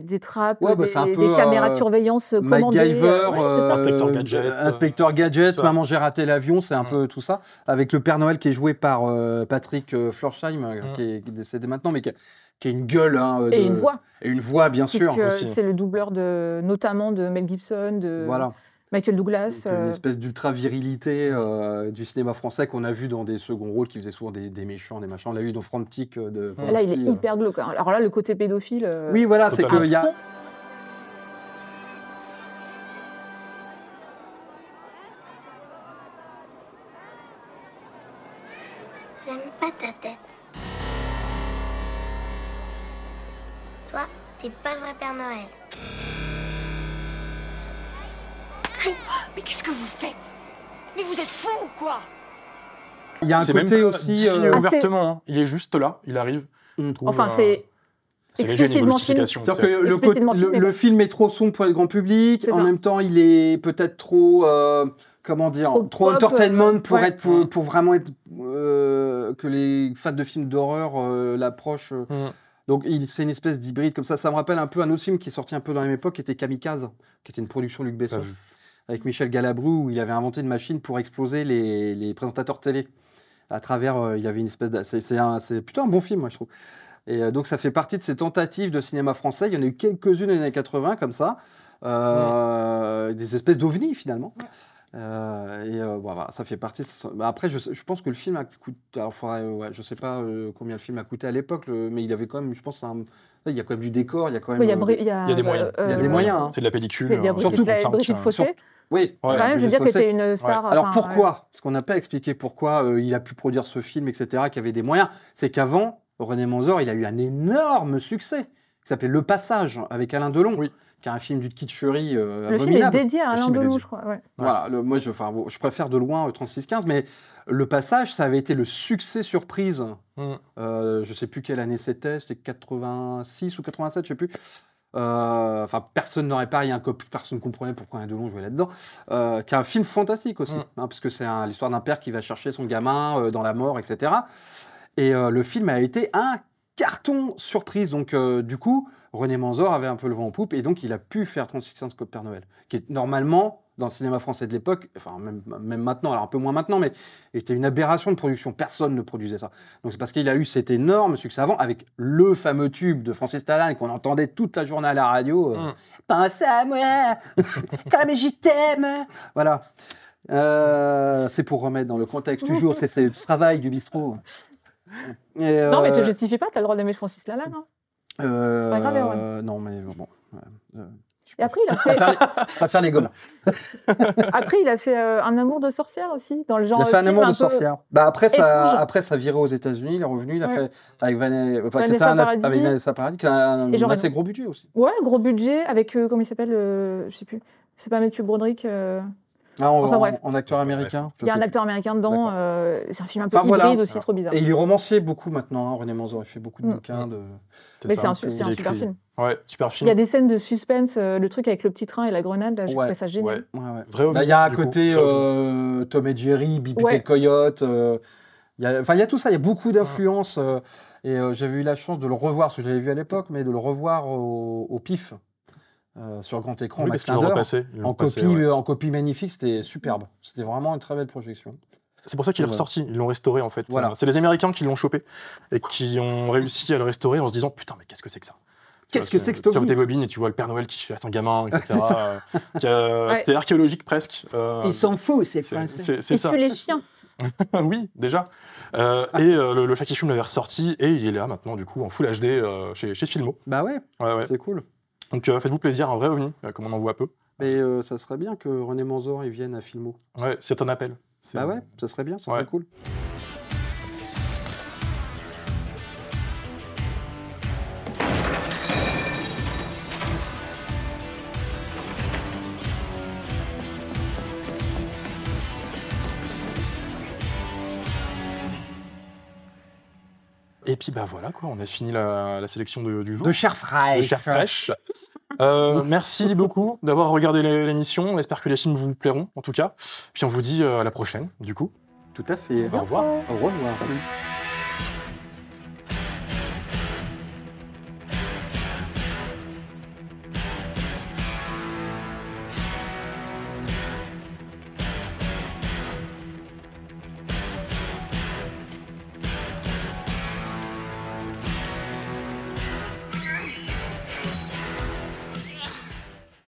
Des trappes, Ouais, des trappes, Ouais, bah, des, c'est un peu, des caméras de euh, surveillance commandées. MacGyver, Ouais, c'est ça. euh, Inspecteur Gadget, euh, Inspecteur Gadget, ça. Maman j'ai raté l'avion, c'est un Mm. peu tout ça. Avec le Père Noël qui est joué par euh, Patrick euh, Florsheim, euh, Mm. qui, est, qui est décédé maintenant, mais qui a, qui a une gueule. hein, euh, Et de- une voix, Et une voix, bien sûr. puisque aussi. c'est le doubleur de, notamment de Mel Gibson, de Voilà, Michael Donc, Douglas. une euh, espèce d'ultra virilité euh, du cinéma français qu'on a vu dans des seconds rôles qui faisaient souvent des, des méchants, des machins. On l'a vu dans Frantic euh, de. Là, il Polanski, est euh. hyper glauque. hein. Alors là, le côté pédophile. euh, Oui, voilà, c'est Totalement. qu'il y à a. fond. J'aime pas ta tête. Toi, t'es pas le vrai Père Noël. Mais qu'est-ce que vous faites Mais vous êtes fous ou quoi Il y a un C'est même côté pas aussi. dit, euh, euh, Ah, c'est- ouvertement, hein. il est juste là, il arrive. Mm. Je trouve, Ah, Enfin, euh, c'est c'est léger, explicitement niveau justification, C'est-à-dire c'est- que le, co- explicitement le- filmé, le quoi. film est trop sombre pour le grand public. C'est En ça. même temps, il est peut-être trop, euh, comment dire, Trop trop, pop, euh, entertainment pour ouais. être, pour, pour vraiment être euh, que les fans de films d'horreur euh, l'approchent. euh. Mm. Donc, il c'est une espèce d'hybride comme ça. Ça me rappelle un peu un autre film qui est sorti un peu dans la même époque, qui était Kamikaze, qui était une production Luc Besson Pas vu. avec Michel Galabru, où il avait inventé une machine pour exploser les, les présentateurs télé. À travers, euh, il y avait une espèce de. C'est, c'est, un- c'est plutôt un bon film, moi, je trouve. Et euh, donc, ça fait partie de ces tentatives de cinéma français. Il y en a eu quelques-unes dans les années 80, comme ça. Euh, Des espèces d'ovnis, finalement. Euh, et euh, bon, voilà, ça fait partie. de ce- bah, Après, je, sais- je pense que le film a coûté. Alors, faudrait- euh, ouais, je sais pas euh, combien le film a coûté à l'époque, le- mais il avait quand même, je pense, un- il y a quand même du décor, il y a quand même. ouais, il y a euh, Bri- des- Il y a des moyens. euh, Il y a des moyens, hein. C'est de la pellicule. Il y a euh, Brigitte- surtout la- cinq, Brigitte euh, Fossé. Oui, Ouais, Quand même, je veux dire que Fossé. t'es une star. Alors enfin, pourquoi Parce qu'on n'a pas expliqué pourquoi euh, il a pu produire ce film, etc., qu'il y avait des moyens. C'est qu'avant, René Manzor, il a eu un énorme succès qui s'appelait Le Passage avec Alain Delon, Oui. qui est un film d'une kitscherie euh, ouais. Le film est abominable. dédié à Le Alain film est Delon, dédié. je crois. ouais. Voilà, le- moi je, enfin, bon, je préfère de loin euh, 36-15, mais Le Passage, ça avait été le succès surprise. Mm. Euh, je sais plus quelle année c'était, c'était 86 ou 87, je sais plus. Euh, Enfin, personne n'aurait parié, un cop- personne ne comprenait pourquoi un Delon jouait là-dedans. Euh, qui est un film fantastique aussi, Mm. hein, parce que c'est un- l'histoire d'un père qui va chercher son gamin euh, dans la mort, etc. Et euh, le film a été un carton surprise. Donc, euh, du coup, René Manzor avait un peu le vent en poupe et donc il a pu faire 36 ans Père Noël, qui est normalement, dans le cinéma français de l'époque, enfin, même, même maintenant, alors un peu moins maintenant, mais était une aberration de production. Personne ne produisait ça. Donc, c'est parce qu'il a eu cet énorme succès avant avec le fameux tube de Francis Talane qu'on entendait toute la journée à la radio. euh, Mm. Pense à moi, comme je t'aime. Voilà. Euh, c'est pour remettre dans le contexte toujours, c'est c'est ce travail du bistrot. Et, Non, mais euh, te justifie pas, t'as le droit d'aimer Francis Lalanne. hein. euh, C'est pas grave, Erwan. Non, mais bon. euh, euh, Et après, il a fait, on va faire les gommes. après, il a fait euh, Un amour de sorcière aussi, dans le genre. Il a fait un film amour de peu- sorcière. Bah après, ça, étrange. après, ça virait aux États-Unis. Il est revenu. Il a Ouais. fait avec Vanessa, enfin, Vanessa qui était un as- Paradis. avec Vanessa Paradis, qui a un, Et Jean un assez Reno. gros budget aussi. Ouais, gros budget, avec. euh, comment il s'appelle euh, Je sais plus. C'est pas Mathieu Broderick. euh, Ah, en, Enfin, bref. en- en acteur américain. je Il y a sais un plus. acteur américain dedans. euh, c'est un film un peu Enfin, hybride voilà. aussi, trop bizarre. Et il est romancier beaucoup maintenant. hein, René Manzor, il fait beaucoup de Mm. bouquins. De... Mais c'est ça. un, su- c'est un Il super écrit. film. Ouais, super Il y a film. des scènes de suspense, euh, le truc avec le petit train et la grenade, là, j'ai Ouais, trouvé ça génial. Mm. ouais. Ouais, ouais. Vrai Bah, il y a un du coup, côté vrai ovni. euh, Tom et Jerry, Bibi Ouais. et le Coyote. euh, il y a- Enfin, il y a tout ça, il y a beaucoup d'influences. euh, et euh, j'avais eu la chance de le revoir, ce que j'avais vu à l'époque, mais de le revoir au, au PIF, euh, sur grand écran, Oui, parce Max qu'ils l'ont Linder. repassé, ils l'ont en, repassé, copie, ouais. euh, en copie magnifique, c'était superbe. C'était vraiment une très belle projection. C'est pour ça qu'il est Ouais. ressorti, ils l'ont restauré en fait. Voilà. C'est les Américains qui l'ont chopé et qui ont réussi à le restaurer en se disant putain mais qu'est-ce que c'est que ça Tu vois, Qu'est-ce que c'est que Tu cet ovni débobines et tu vois le Père Noël qui chez son gamin, etc. c'est ça. Euh, qui a- Ouais. C'était archéologique presque. euh, Ils s'en foutent, ces c'est- Français. C'est Et c'est ça. tu les chiens. oui, déjà. Euh, et euh, le, le chat qui fume l'avait ressorti et il est là maintenant, du coup, en full HD euh, chez, chez Filmo. Bah ouais, Ouais, ouais. c'est cool. Donc euh, faites-vous plaisir, un vrai ovni, euh, comme on en voit peu. Mais euh, ça serait bien que René Manzor il vienne à Filmo. Ouais, c'est un appel. C'est- Bah ouais, ça serait bien, ça serait Ouais. cool. Et puis bah voilà quoi, on a fini la, la sélection de- du jour. De chair de fraîche. chair fraîche. Euh, merci beaucoup d'avoir regardé l'é- l'émission. On espère que les films vous plairont, en tout cas. Puis on vous dit euh, à la prochaine, du coup. Tout à fait. Au revoir. Au revoir.